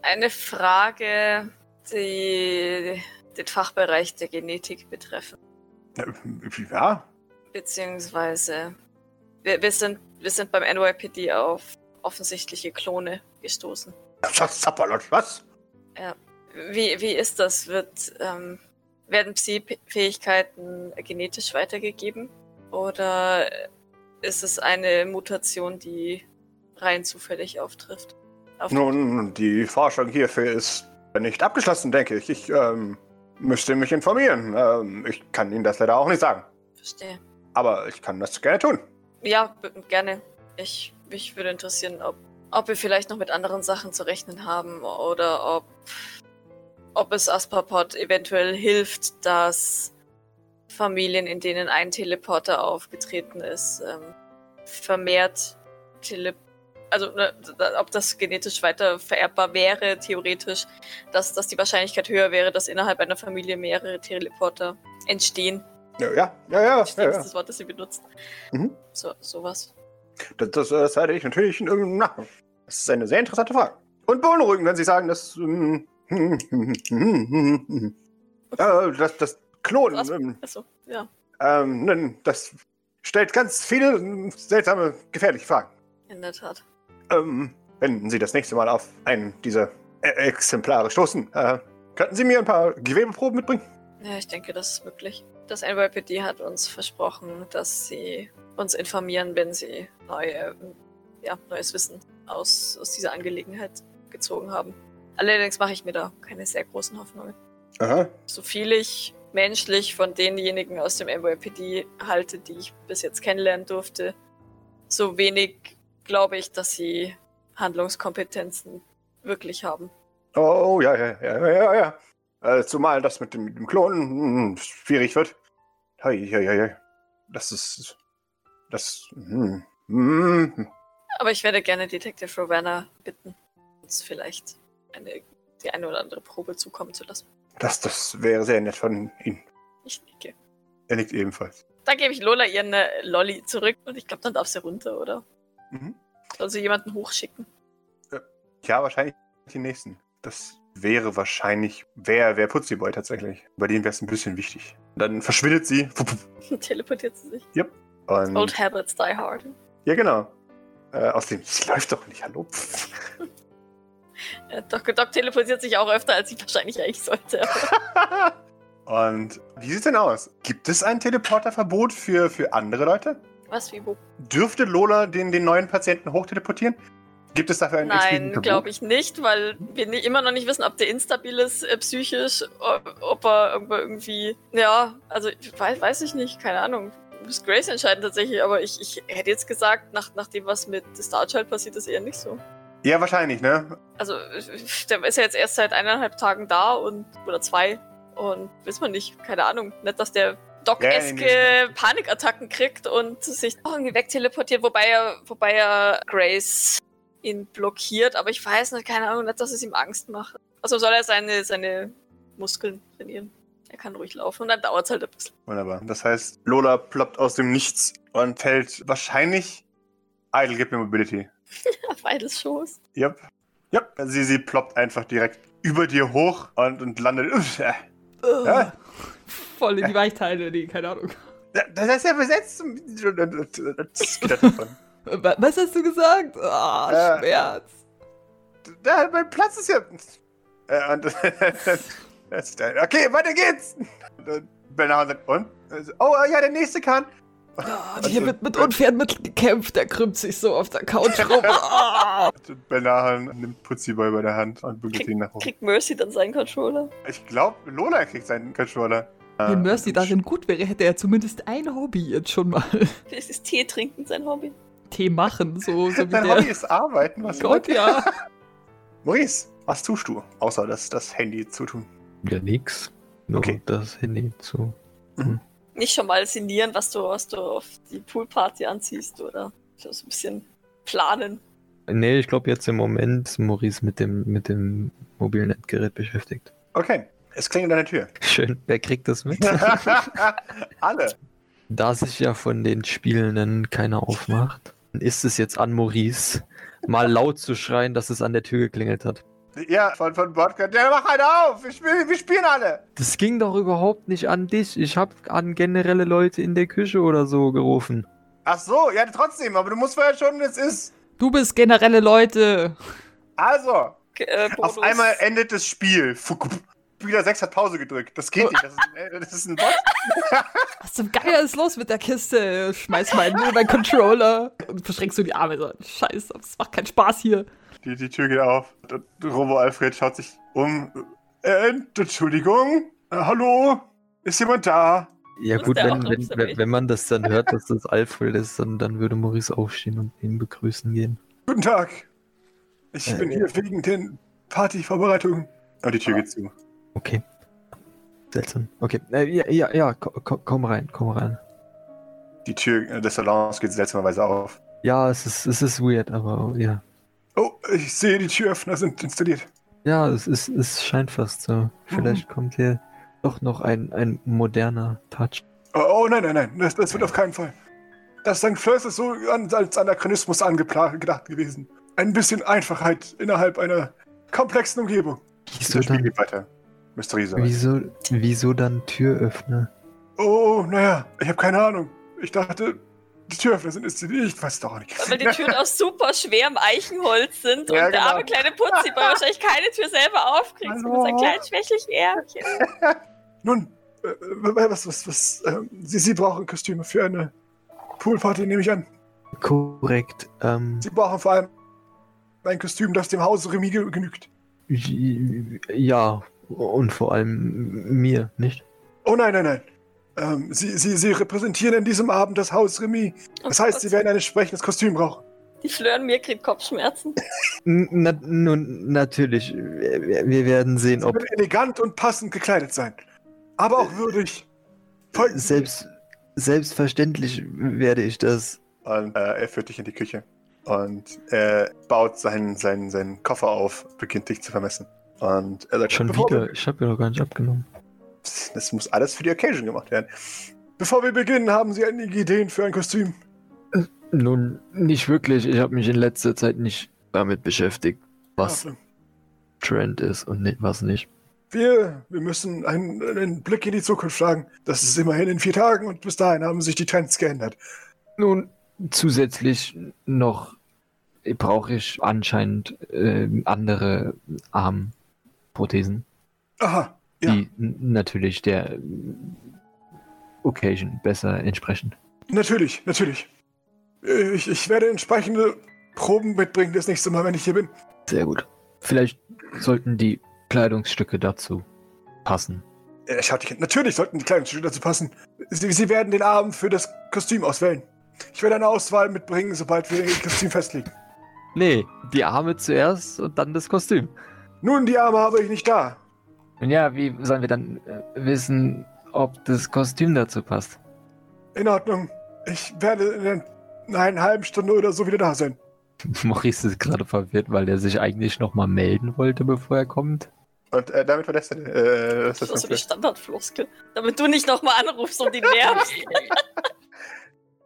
eine Frage, die den Fachbereich der Genetik betreffen. Äh, Ja, Beziehungsweise, wir, wir, sind, wir sind beim NYPD auf offensichtliche Klone gestoßen. das Zapperlot, was? Wie, wie ist das? Wird, ähm, werden Psi-Fähigkeiten genetisch weitergegeben? Oder ist es eine Mutation, die rein zufällig auftrifft? Auf Nun, die Forschung hierfür ist nicht abgeschlossen, denke ich. Ich ähm, müsste mich informieren. Ähm, ich kann Ihnen das leider auch nicht sagen. Verstehe. Aber ich kann das gerne tun. Ja, b- gerne. Ich, mich würde interessieren, ob, ob wir vielleicht noch mit anderen Sachen zu rechnen haben oder ob, ob es Aspapod eventuell hilft, dass Familien, in denen ein Teleporter aufgetreten ist, ähm, vermehrt Tele also ne, da- ob das genetisch weiter vererbbar wäre, theoretisch, dass, dass die Wahrscheinlichkeit höher wäre, dass innerhalb einer Familie mehrere Teleporter entstehen. Ja, ja, ja, ja. Ich ja, denke, ja. das ist das Wort, das sie benutzt. Mhm. So, sowas. Das, das, das werde ich natürlich in irgendeinem Nacken. Das ist eine sehr interessante Frage. Und beunruhigend, wenn Sie sagen, dass. ähm, äh, das, das Was? Klonen. ähm, Achso, ja. Ähm, nun, das stellt ganz viele ähm, seltsame, gefährliche Fragen. In der Tat. Ähm, wenn Sie das nächste Mal auf einen dieser äh, Exemplare stoßen, äh, könnten Sie mir ein paar Gewebeproben mitbringen? Ja, ich denke, das ist möglich. Das NYPD hat uns versprochen, dass sie uns informieren, wenn sie neue, ja, neues Wissen aus, aus dieser Angelegenheit gezogen haben. Allerdings mache ich mir da keine sehr großen Hoffnungen. Aha. So viel ich menschlich von denjenigen aus dem NYPD halte, die ich bis jetzt kennenlernen durfte, so wenig glaube ich, dass sie Handlungskompetenzen wirklich haben. Oh, ja, ja, ja, ja, ja. ja. Äh, zumal das mit dem, mit dem Klonen hm, schwierig wird. Hei, hei, hei, hei. Das ist. Das. Hm, hm. Aber ich werde gerne Detective Rowena bitten, uns vielleicht eine, die eine oder andere Probe zukommen zu lassen. Das, das wäre sehr nett von Ihnen. Ich nicke. Er nickt ebenfalls. Dann gebe ich Lola ihren äh, Lolli zurück und ich glaube, dann darf sie runter, oder? Mhm. Soll sie jemanden hochschicken? Ja, wahrscheinlich den nächsten. Das wäre wahrscheinlich. Wer, wer Putzi Boy tatsächlich? Bei dem wäre es ein bisschen wichtig. Dann verschwindet sie. Teleportiert sie sich. Und Old habits die hard. Ja, genau. Äh, außerdem, es läuft doch nicht, hallo. Äh, Doc, Doc teleportiert sich auch öfter, als ich wahrscheinlich eigentlich sollte. Und wie sieht's denn aus? Gibt es ein Teleporterverbot für, für andere Leute? Was, wie, wo? Dürfte Lola den, den neuen Patienten hochteleportieren? Gibt es dafür ein Nein, glaube ich nicht, weil wir ni- immer noch nicht wissen, ob der instabil ist äh, psychisch, o- ob er irgendwo irgendwie. Ja, also weiß, weiß ich nicht, keine Ahnung. Muss Grace entscheiden tatsächlich, aber ich, ich hätte jetzt gesagt, nach, nach dem, was mit Star Child passiert ist, eher nicht so. Ja, wahrscheinlich, ne? Also, äh, der ist ja jetzt erst seit eineinhalb Tagen da und oder zwei und wissen wir nicht, keine Ahnung. Nicht, dass der Doc-eske Ja, ja, nee. Panikattacken kriegt und sich auch irgendwie wegteleportiert, wobei er, wobei er Grace ihn blockiert, aber ich weiß nicht, keine Ahnung, nicht, dass es ihm Angst macht. Also soll er seine, seine Muskeln trainieren. Er kann ruhig laufen und dann dauert es halt ein bisschen. Wunderbar. Das heißt, Lola ploppt aus dem Nichts und fällt wahrscheinlich. Idle, gib mir Mobility. Auf Eides Schoß. Yep. Yep. Sie, sie ploppt einfach direkt über dir hoch und, und landet. Uff, äh, Ja. Voll in die Weichteile, die, keine Ahnung. Das ist ja besetzt. Und- und- und- und Das Skelett davon. Wa- Was hast du gesagt? Ah, Äh. Schmerz. Da, mein Platz ist ja. Äh, Und, das- okay, weiter geht's. Und Bernard sagt, und? Oh, ja, der nächste kann. Ah, Also hier wird mit unfairen Mitteln gekämpft, der krümmt sich so auf der Couch rum. Ah. Und Bernard Also, nimmt Putziboy bei der Hand und bügelt ihn nach oben. Kriegt Mercy dann seinen Controller? Ich glaube, Lola kriegt seinen Controller. Ähm, Wenn Mercy darin gut wäre, hätte er zumindest ein Hobby jetzt schon mal. Vielleicht ist Tee trinken sein Hobby. Tee machen, so, so wie Dein Hobby der. ist Arbeiten. Was Gott, ja. Maurice, was tust du? Außer das, das Handy zu tun. Ja, nix. Nur Okay. das Handy zu. Nicht schon mal sinnieren, was du, was du auf die Poolparty anziehst, oder? So so ein bisschen planen. Nee, ich glaube jetzt im Moment ist Maurice mit dem, mit dem mobilen Endgerät beschäftigt. Okay, es klingelt an der Tür. Schön, wer kriegt das mit? Alle. da sich ja von den Spielenden keiner aufmacht, ist es jetzt an Maurice, mal laut zu schreien, dass es an der Tür geklingelt hat. Ja, von, von Bodka. Der mach einer auf. Wir spielen, wir spielen alle. Das ging doch überhaupt nicht an dich. Ich habe an generelle Leute in der Küche oder so gerufen. Ach so, ja, trotzdem. Aber du musst vorher schon, es ist. Du bist generelle Leute. Also, Ge- Äh, Bonus. auf einmal endet das Spiel. Fukup. Spieler 6 hat Pause gedrückt. Das geht nicht. Das ist, ein- äh, das ist ein Bot. Was zum Geier ist los mit der Kiste? Schmeiß mal in meinen Controller. Und verschränkst du die Arme so. Scheiße, das macht keinen Spaß hier. Die, die Tür geht auf. Und Äh, Robo Alfred schaut sich um. Äh, Entschuldigung. Äh, hallo? Ist jemand da? Ja Muss gut, der wenn, auch wenn, raus, aber wenn, ich- wenn man das dann hört, dass das Alfred ist, dann, dann würde Maurice aufstehen und ihn begrüßen gehen. Guten Tag. Ich Äh, bin ja. hier wegen den Partyvorbereitungen. Und Ah, die Tür geht zu. Okay. Seltsam. Okay. Äh, ja, ja, ja, ko- ko- komm rein, komm rein. Die Tür äh, des Salons geht seltsamerweise auf. Ja, es ist, es ist weird, aber ja. Oh, ich sehe, die Türöffner sind installiert. Ja, es, ist, es scheint fast so. Vielleicht kommt hier doch noch ein, ein moderner Touch. Oh, oh nein, nein, nein, das, das wird auf keinen Fall. Das St. Flörs ist so an, als Anachronismus angeplant gedacht gewesen. Ein bisschen Einfachheit innerhalb einer komplexen Umgebung. Wieso dann, geht weiter. Mysteriöser. wieso, wieso dann Türöffner? Oh, naja, ich habe keine Ahnung. Ich dachte, die Türöffner sind installiert. Ich weiß es doch auch nicht. Weil die Türen aus super schwerem Eichenholz sind Ja, und der genau. arme kleine Putzi bei wahrscheinlich keine Tür selber aufkriegt mit Hallo? seinem kleinen schwächlichen Ärmchen. Nun, äh, was, was, was, ähm, Sie, Sie brauchen Kostüme für eine Poolparty, nehme ich an. Korrekt. Ähm, Sie brauchen vor allem ein Kostüm, das dem Haus Remy ge- genügt. ja, und vor allem mir, nicht? Oh nein, nein, nein. Ähm, Sie, Sie, Sie repräsentieren an diesem Abend das Haus Remy. Oh Das heißt, Sie werden ein entsprechendes Kostüm brauchen. Die Flören mir kriegt Kopfschmerzen. N na, nun, natürlich. Wir, wir werden sehen, Sie ob werden elegant und passend gekleidet sein. Aber auch würdig. Folgen Sie. selbst, selbstverständlich werde ich das. Und äh, er führt dich in die Küche und äh, baut seinen, seinen, seinen Koffer auf, beginnt dich zu vermessen. Und er sagt, Schon bevor wieder. Wir, Ich habe ja noch gar nicht abgenommen. das muss alles für die Occasion gemacht werden. Bevor wir beginnen, haben Sie einige Ideen für ein Kostüm? Nun, nicht wirklich. Ich habe mich in letzter Zeit nicht damit beschäftigt, was Also, Trend ist und ni- was nicht. Wir, wir müssen einen, einen Blick in die Zukunft schlagen. Das ist immerhin in vier Tagen und bis dahin haben sich die Trends geändert. Nun, zusätzlich noch äh, brauche ich anscheinend äh, andere Armprothesen, Aha, ja. die n- natürlich der äh, Occasion besser entsprechen. Natürlich, natürlich. Äh, Ich, ich werde entsprechende Proben mitbringen das nächste Mal, wenn ich hier bin. Sehr gut. Vielleicht sollten die Kleidungsstücke dazu passen. Er schaut dich an. Äh, Natürlich sollten die Kleidungsstücke dazu passen. Sie, sie werden den Abend für das Kostüm auswählen. Ich werde eine Auswahl mitbringen, sobald wir das Kostüm festlegen. Nee, die Arme zuerst und dann das Kostüm. Nun, die Arme habe ich nicht da. Und ja, wie sollen wir dann äh, wissen, ob das Kostüm dazu passt? In Ordnung. Ich werde in ein- in einer halben Stunde oder so wieder da sein. Maurice ist gerade verwirrt, weil er sich eigentlich nochmal melden wollte, bevor er kommt. Und damit verlässt er äh, das Das ist so die Standardfloskel. Damit du nicht nochmal anrufst und die nervst.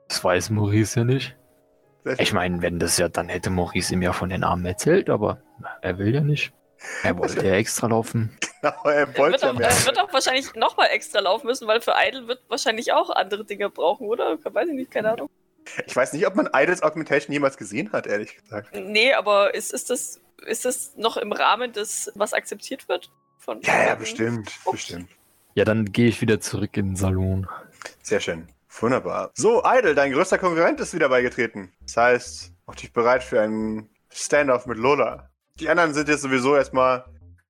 Das weiß Maurice ja nicht. Sehr Ich meine, wenn das ja, dann hätte Maurice ihm ja von den Armen erzählt, aber er will ja nicht. Er wollte ja extra laufen. genau, er Er wird, wollte ja auch, mehr. er wird auch wahrscheinlich nochmal extra laufen müssen, weil für Idle wird wahrscheinlich auch andere Dinge brauchen, oder? Weiß ich nicht, keine Ahnung. Ich weiß nicht, ob man Idols Augmentation jemals gesehen hat, ehrlich gesagt. Nee, aber ist, ist, das, ist das noch im Rahmen des, was akzeptiert wird? Von Ja, ja, bestimmt. Ups. Bestimmt. Ja, dann gehe ich wieder zurück in den Salon. Sehr schön. Wunderbar. So, Idol, dein größter Konkurrent ist wieder beigetreten. Das heißt, mach dich bereit für einen Standoff mit Lola. Die anderen sind jetzt sowieso erstmal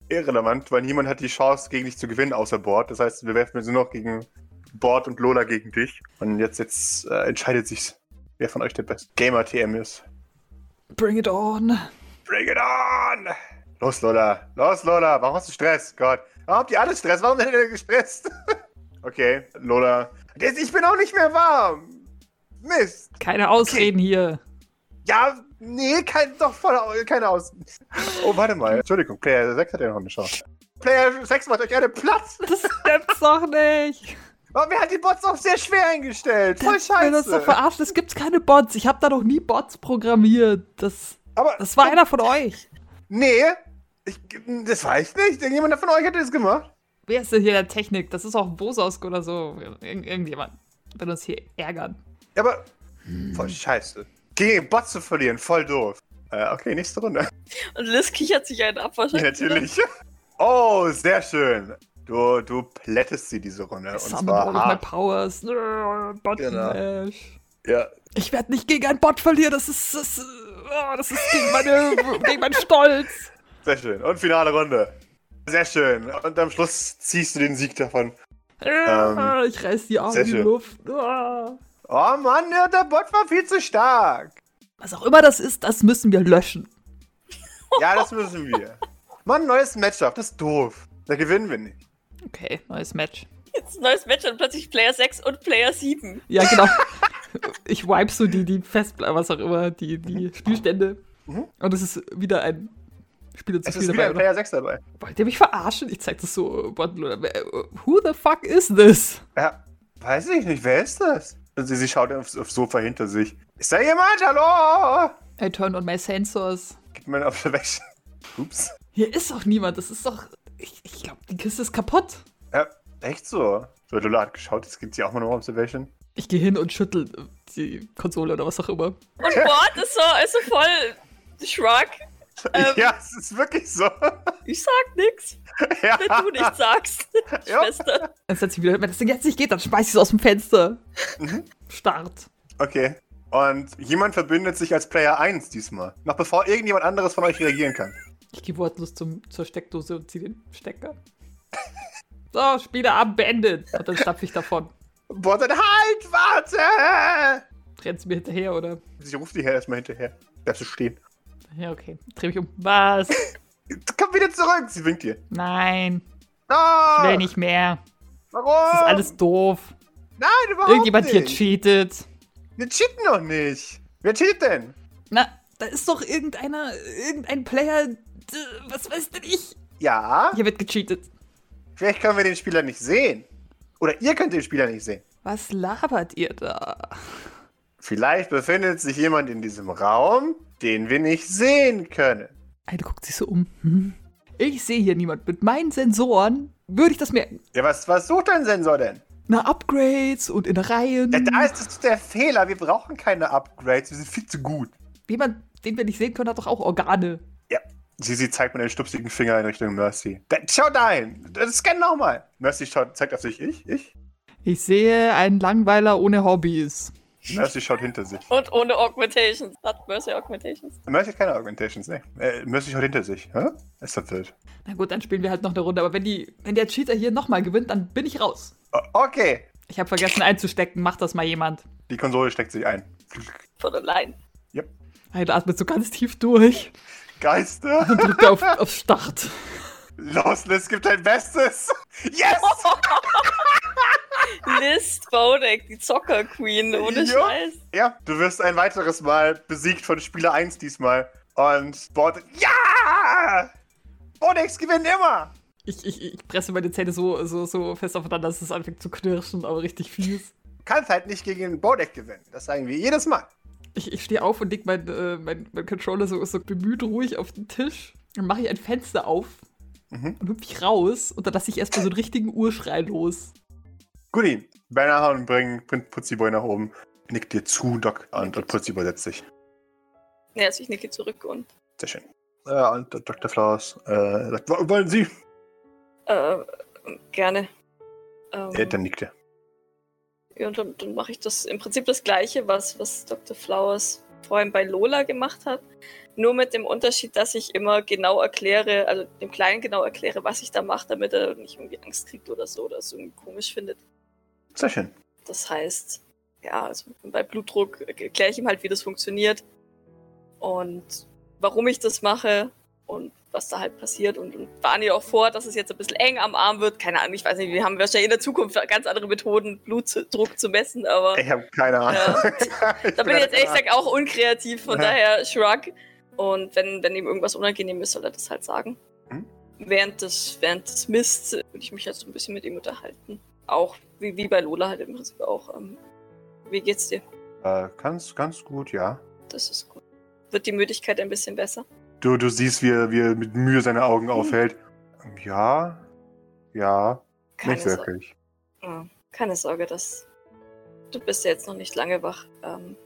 irrelevant, weil niemand hat die Chance, gegen dich zu gewinnen, außer Bord. Das heißt, wir werfen jetzt nur noch gegen Bord und Lola gegen dich. Und jetzt, jetzt äh, entscheidet sich, wer von euch der beste Gamer-TM ist. Bring it on. Bring it on! Los, Lola! Los, Lola! Warum hast du Stress? Gott. Warum habt ihr alle Stress? Warum seid ihr denn gestresst? okay, Lola. Jetzt- Ich bin auch nicht mehr warm! Mist! Keine Ausreden hier. Ja, nee, kein, doch voll, au- keine Aus. Oh, warte mal. Entschuldigung, Player 6 hat ja noch eine Chance. Player 6 macht euch alle Platz! Das stimmt's doch nicht. Warum wer hat die Bots auf sehr schwer eingestellt? Voll Wenn das doch scheiße! verarscht. Es gibt keine Bots. Ich habe da noch nie Bots programmiert. Das, Aber, das war einer von euch. nee, ich, das war ich nicht. Irgendjemand von euch hat das gemacht. Wer ist denn hier der Technik? Das ist auch Bososk oder so. Ir irgendjemand wird uns hier ärgern. Ja, aber voll scheiße. Gegen Bot zu verlieren, voll doof. Äh, okay, nächste Runde. Und Liz kichert sich einen ab wahrscheinlich. Natürlich. Oh, sehr schön. Du, du plättest sie diese Runde. Und Summon all zwar of my hart. powers. Bot Genau. Smash. Ja. Ich werde nicht gegen einen Bot verlieren. Das ist, das, oh, das ist gegen, meine, gegen meinen Stolz. Sehr schön. Und finale Runde. Sehr schön. Und am Schluss ziehst du den Sieg davon. Ah, ich reiß die Arme Ähm, sehr in die schön. Luft. Ah. Oh Mann, ja, der Bot war viel zu stark. Was auch immer das ist, das müssen wir löschen. Ja, das müssen wir. Mann, neues Matchup. Das ist doof. Da gewinnen wir nicht. Okay, neues Match. Jetzt ein neues Match und plötzlich Player 6 und Player 7. Ja, genau. ich wipe so die, die Festplatte, was auch immer, die, die Spielstände. Mhm. Und es ist wieder ein Spieler zu Es viel ist wieder dabei. ein Oder? Player 6 dabei. Wollt ihr mich verarschen? Ich zeig das so. Bot- äh, Who the fuck is this? Ja, weiß ich nicht. Wer ist das? Und sie, sie schaut aufs, aufs Sofa hinter sich. Ist da jemand? Hallo? I turn on my sensors. Gib mir eine Observation. Ups. Hier ist doch niemand. Das ist doch. Ich, ich glaube, die Kiste ist kaputt. Ja, echt so. So, Lola hat geschaut, jetzt gibt hier auch mal eine Observation. Ich gehe hin und schüttel die Konsole oder was auch immer. Und Bord ist so, ist so also voll Shrug. Ähm. Ja, es ist wirklich so. Ich sag nix, ja. wenn du nichts sagst, Ja. Schwester. Dann setze ich wieder. Wenn das Ding jetzt nicht geht, dann schmeiß ich es aus dem Fenster. Mhm. Start. Okay. Und jemand verbündet sich als Player 1 diesmal. Noch bevor irgendjemand anderes von euch reagieren kann. Ich gehe wortlos zum, zur Steckdose und ziehe den Stecker. So, Spieleabend beendet. Und dann stapfe ich davon. Boah, dann halt, warte! Rennt sie mir hinterher oder? Sie ruft dich ja erstmal hinterher. Bleibst du stehen. Ja, okay. Dreh mich um. Was? Komm wieder zurück! Sie winkt dir. Nein. Ich No! Ah. will nicht mehr. Warum? Das ist alles doof. Nein, überhaupt Irgendjemand nicht. hier cheatet. Wir cheaten noch nicht. Wer cheatet denn? Na, da ist doch irgendeiner, irgendein Player. d- Was weiß denn ich? Ja, Hier wird gecheatet. vielleicht können wir den Spieler nicht sehen. Oder ihr könnt den Spieler nicht sehen. Was labert ihr da? Vielleicht befindet sich jemand in diesem Raum, den wir nicht sehen können. Eine guckt sich so um. Hm? Ich sehe hier niemand. Mit meinen Sensoren würde ich das merken. Ja, was, was sucht dein Sensor denn? Na, Upgrades und in Reihen. Ja, da ist das der Fehler. Wir brauchen keine Upgrades. Wir sind viel zu gut. Jemand, den wir nicht sehen können, hat doch auch Organe. Ja. Sie, sie zeigt mit einem stupsigen Finger in Richtung Mercy. Da, schau dahin. Das- Scan nochmal. Mercy schaut, zeigt auf sich. Ich? Ich? Ich sehe einen Langweiler ohne Hobbys. Mercy schaut hinter sich. Und ohne Augmentations. Hat Mercy Augmentations? Mercy hat keine Augmentations, ne? Äh, Mercy schaut hinter sich. Hä? Ist das wild. Na gut, dann spielen wir halt noch eine Runde. Aber wenn, die, wenn der Cheater hier nochmal gewinnt, dann bin ich raus. O okay. Ich habe vergessen einzustecken. Macht das mal jemand. Die Konsole steckt sich ein. Von allein. Heide atmet so ganz tief durch. Geister. Drückt auf, auf Start. Los, Liz, gib dein Bestes. Yes! Liz Bodek, die Zocker-Queen, ohne Jo. Scheiß. Ja, du wirst ein weiteres Mal besiegt von Spieler 1 diesmal. Und Bord. Ja! Bodex gewinnt immer! Ich, ich, ich presse meine Zähne so, so, so fest aufeinander, dass es anfängt zu knirschen, aber richtig fies. Kannst halt nicht gegen Bodex gewinnen. Das sagen wir jedes Mal. Ich, ich stehe auf und leg mein, äh, mein, mein Controller so, so bemüht ruhig auf den Tisch. Dann mache ich ein Fenster auf Mhm. und hüpf ich raus und dann lasse ich erstmal so einen richtigen Urschrei los. Guti, Bannerhound bringt bringt Putziboy nach oben. Nickt dir zu, Doc. Und, und Putziboy setzt sich. Ja, also ich nicke zurück und Sehr schön. Ja, und Dr. Flowers äh, sagt, "W- wollen Sie? äh, gerne. Ähm, Ja, dann nickt er. Ja, und dann, dann mache ich das im Prinzip das gleiche, was, was Dr. Flowers vorhin bei Lola gemacht hat. Nur mit dem Unterschied, dass ich immer genau erkläre, also dem Kleinen genau erkläre, was ich da mache, damit er nicht irgendwie Angst kriegt oder so oder es irgendwie komisch findet. Sehr schön. Das heißt, ja, also bei Blutdruck erkläre ich ihm halt, wie das funktioniert und warum ich das mache und was da halt passiert und, und warne ihr auch vor, dass es jetzt ein bisschen eng am Arm wird. Keine Ahnung, ich weiß nicht, wir haben wahrscheinlich in der Zukunft ganz andere Methoden, Blutdruck zu messen, aber Ich habe keine Ahnung. da bin ich jetzt ehrlich echt gesagt auch unkreativ, von Ja. daher Shrug. Und wenn, wenn ihm irgendwas unangenehm ist, soll er das halt sagen. Mhm. Während, des, während des Mists äh, würde ich mich halt so ein bisschen mit ihm unterhalten. Auch wie, wie bei Lola halt im Prinzip auch. Ähm, wie geht's dir? Äh, ganz, ganz gut, ja. Das ist gut. Wird die Müdigkeit ein bisschen besser? Du, du siehst, wie er, wie er mit Mühe seine Augen aufhält. Ja, ja, Keine, nicht Sorge. wirklich. Ja, keine Sorge, das. Du bist ja jetzt noch nicht lange wach. Ähm,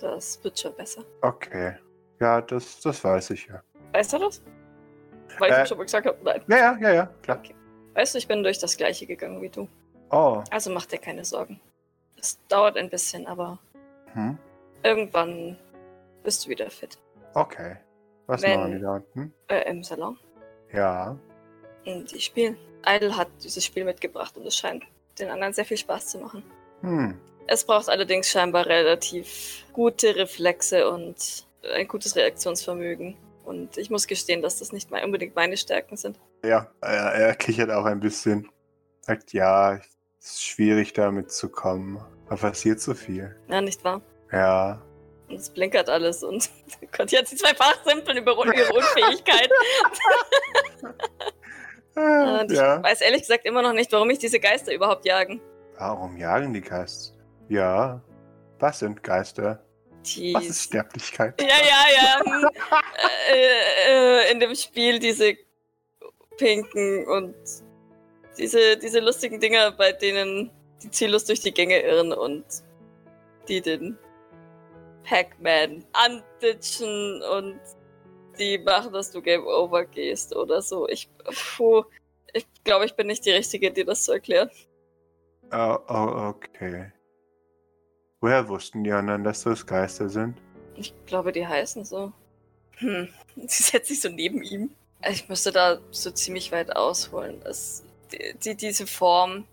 das wird schon besser. Okay. Ja, das, das weiß ich ja. Weißt du das? Weil ich Äh, ihm schon mal gesagt habe, nein. Ja, ja, ja, ja, klar. Okay. Weißt du, ich bin durch das gleiche gegangen wie du. Oh, Also mach dir keine Sorgen. Es dauert ein bisschen, aber hm, irgendwann bist du wieder fit. okay. Was Wenn- machen die da unten? Äh, im Salon. Ja, Und die spielen. Idle hat dieses Spiel mitgebracht und es scheint den anderen sehr viel Spaß zu machen. hm, Es braucht allerdings scheinbar relativ gute Reflexe und ein gutes Reaktionsvermögen. Und ich muss gestehen, dass das nicht mein, unbedingt meine Stärken sind. ja. Er, er kichert auch ein bisschen. Sagt, ja, es ist schwierig damit zu kommen. Da passiert so viel. Ja, nicht wahr? Ja. Und es blinkert alles und Gott, jetzt die zwei Fachsimpeln über ihre Unfähigkeit. Und ich hm, ja. weiß ehrlich gesagt immer noch nicht, warum mich diese Geister überhaupt jagen. Warum jagen die Geister? Ja. Was sind Geister? Die Was ist Sterblichkeit? Ja, ja, ja. hm. äh, äh, in dem Spiel diese pinken und diese, diese lustigen Dinger, bei denen die ziellos durch die Gänge irren und die den Pac-Man anditschen und die machen, dass du Game Over gehst oder so. Ich, puh, ich glaube, ich bin nicht die Richtige, dir das zu erklären. Oh, oh, okay. Woher wussten die anderen, dass das Geister sind? Ich glaube, die heißen so. Hm. Sie setzt sich so neben ihm. Ich müsste da so ziemlich weit ausholen. Es, die, die, diese Form,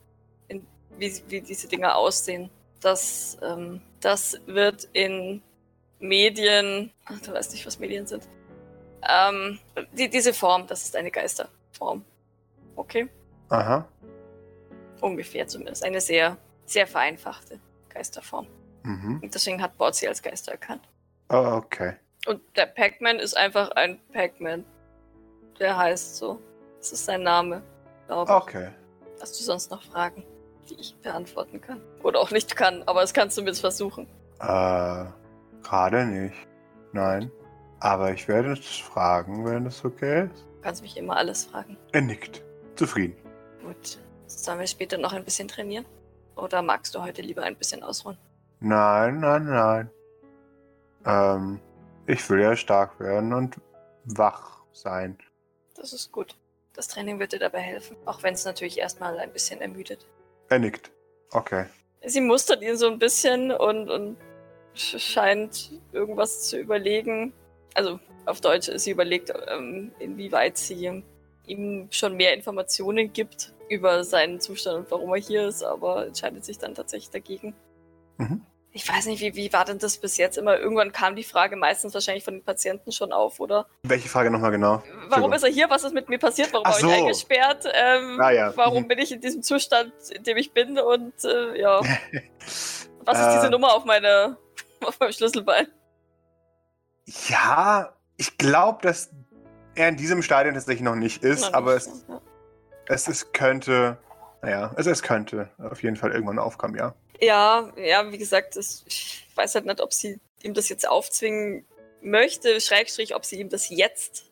in, wie, wie diese Dinger aussehen, das, ähm, das wird in Medien. Ach, du weißt nicht, was Medien sind. Ähm, die, diese Form, das ist eine Geisterform. Okay? Aha. Ungefähr zumindest. Eine sehr, sehr vereinfachte Geisterform. Mhm. Und deswegen hat Bord sie als Geister erkannt. Oh, okay. Und der Pac-Man ist einfach ein Pac-Man. Der heißt so. Das ist sein Name. Glaube ich. Okay. Hast du sonst noch Fragen, die ich beantworten kann? Oder auch nicht kann, aber das kannst du mir versuchen. Äh, gerade nicht. Nein. Aber ich werde es fragen, wenn es okay ist. Du kannst mich immer alles fragen. Er nickt. Zufrieden. Gut. Sollen wir später noch ein bisschen trainieren? Oder magst du heute lieber ein bisschen ausruhen? Nein, nein, nein. Ähm, ich will ja stark werden und wach sein. Das ist gut. Das Training wird dir dabei helfen, auch wenn es natürlich erstmal ein bisschen ermüdet. Er nickt. Okay. Sie mustert ihn so ein bisschen und, und sch- scheint irgendwas zu überlegen. Also auf Deutsch, sie überlegt, ähm, inwieweit sie ihm schon mehr Informationen gibt über seinen Zustand und warum er hier ist, aber entscheidet sich dann tatsächlich dagegen. Mhm. Ich weiß nicht, wie, wie war denn das bis jetzt immer? Irgendwann kam die Frage meistens wahrscheinlich von den Patienten schon auf, oder? Welche Frage nochmal genau? Warum ist er hier? Was ist mit mir passiert? Warum Ach war so. ich eingesperrt? Ähm, Ah ja. Warum Mhm. bin ich in diesem Zustand, in dem ich bin? Und äh, ja. Was ist Äh. diese Nummer auf meiner auf meinem Schlüsselbein? Ja, ich glaube, dass er in diesem Stadion tatsächlich noch nicht ist, Nein, aber nicht es, so, ja. es, es könnte, naja, es, es könnte auf jeden Fall irgendwann aufkommen, ja. ja, ja, wie gesagt, das, ich weiß halt nicht, ob sie ihm das jetzt aufzwingen möchte, Schrägstrich, ob sie ihm das jetzt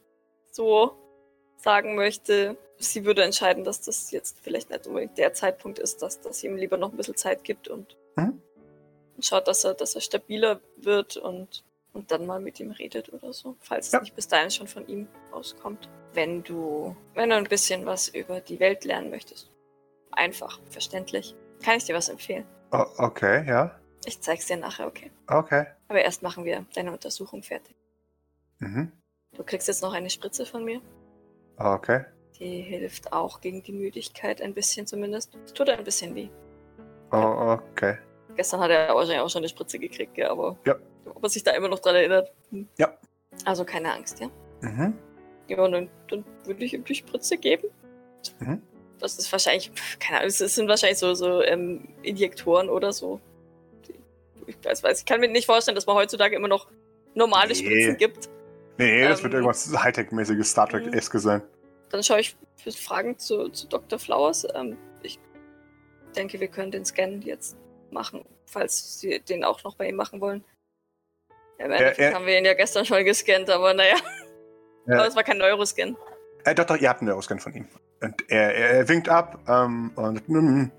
so sagen möchte. Sie würde entscheiden, dass das jetzt vielleicht nicht unbedingt der Zeitpunkt ist, dass das ihm lieber noch ein bisschen Zeit gibt und Mhm. schaut, dass er, dass er stabiler wird und, und dann mal mit ihm redet oder so, falls Ja. es nicht bis dahin schon von ihm auskommt. Wenn du, wenn du ein bisschen was über die Welt lernen möchtest, einfach, verständlich, kann ich dir was empfehlen. O- Oh, okay, ja. Ich zeig's dir nachher, okay. Okay. Aber erst machen wir deine Untersuchung fertig. Mhm. Du kriegst jetzt noch eine Spritze von mir. Okay. Die hilft auch gegen die Müdigkeit ein bisschen zumindest. Es tut ein bisschen weh. Oh, okay. Gestern hat er wahrscheinlich auch schon eine Spritze gekriegt, ja, aber Ja. ob er sich da immer noch dran erinnert. Hm. Ja. Also keine Angst, ja. Mhm. Ja, und dann, dann würde ich ihm die Spritze geben. Mhm. Das ist wahrscheinlich, pf, keine Ahnung, es sind wahrscheinlich so, so ähm, Injektoren oder so. Die- Ich weiß, weiß, ich kann mir nicht vorstellen, dass man heutzutage immer noch normale Nee. Spritzen gibt. Nee, das Ähm, wird irgendwas Hightech-mäßiges Star mhm. Trek-eske sein. Dann schaue ich für Fragen zu, zu Dr. Flowers. Ähm, ich denke, wir können den Scan jetzt machen, falls Sie den auch noch bei ihm machen wollen. Im Endeffekt er- haben wir ihn ja gestern schon gescannt, aber naja. Ja. Aber es war kein Neuroscan. Äh, doch, doch, ihr habt einen Ausgang von ihm. Und er, er, er winkt ab ähm, und mm,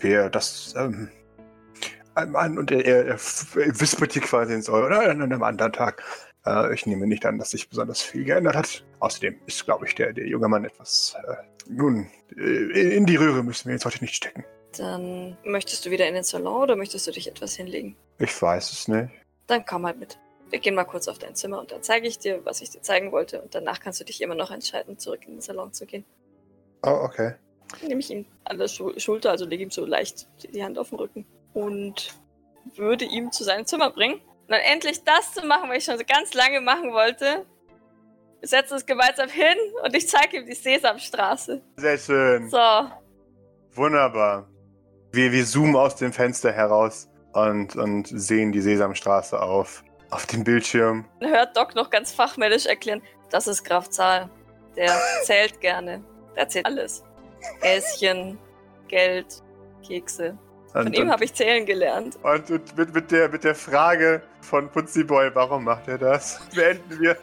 wir, das, ähm, ein Mann, und er, er, er f- wispert hier quasi ins Ohr, oder an einem anderen Tag. Äh, ich nehme nicht an, dass sich besonders viel geändert hat. Außerdem ist, glaube ich, der, der junge Mann etwas, äh, nun, äh, in die Röhre müssen wir jetzt heute nicht stecken. Dann möchtest du wieder in den Salon oder möchtest du dich etwas hinlegen? Ich weiß es nicht. Dann komm halt mit. Wir gehen mal kurz auf dein Zimmer und dann zeige ich dir, was ich dir zeigen wollte. Und danach kannst du dich immer noch entscheiden, zurück in den Salon zu gehen. Oh, okay. nehme ich ihm an der Schul- Schulter, also lege ihm so leicht die- die Hand auf den Rücken und würde ihm zu seinem Zimmer bringen. Und dann endlich das zu machen, was ich schon so ganz lange machen wollte. Wir setzen uns gemeinsam hin und ich zeige ihm die Sesamstraße. Sehr schön. So, Wunderbar. Wir, wir zoomen aus dem Fenster heraus und, und sehen die Sesamstraße auf, auf dem Bildschirm. dann hört Doc noch ganz fachmännisch erklären, das ist Graf Zahl. Der zählt gerne. Der zählt alles. Äschen, Geld, Kekse. Und, Von ihm und, habe ich zählen gelernt. und, und mit, mit, der, mit der Frage von Putziboy, warum macht er das? Beenden wir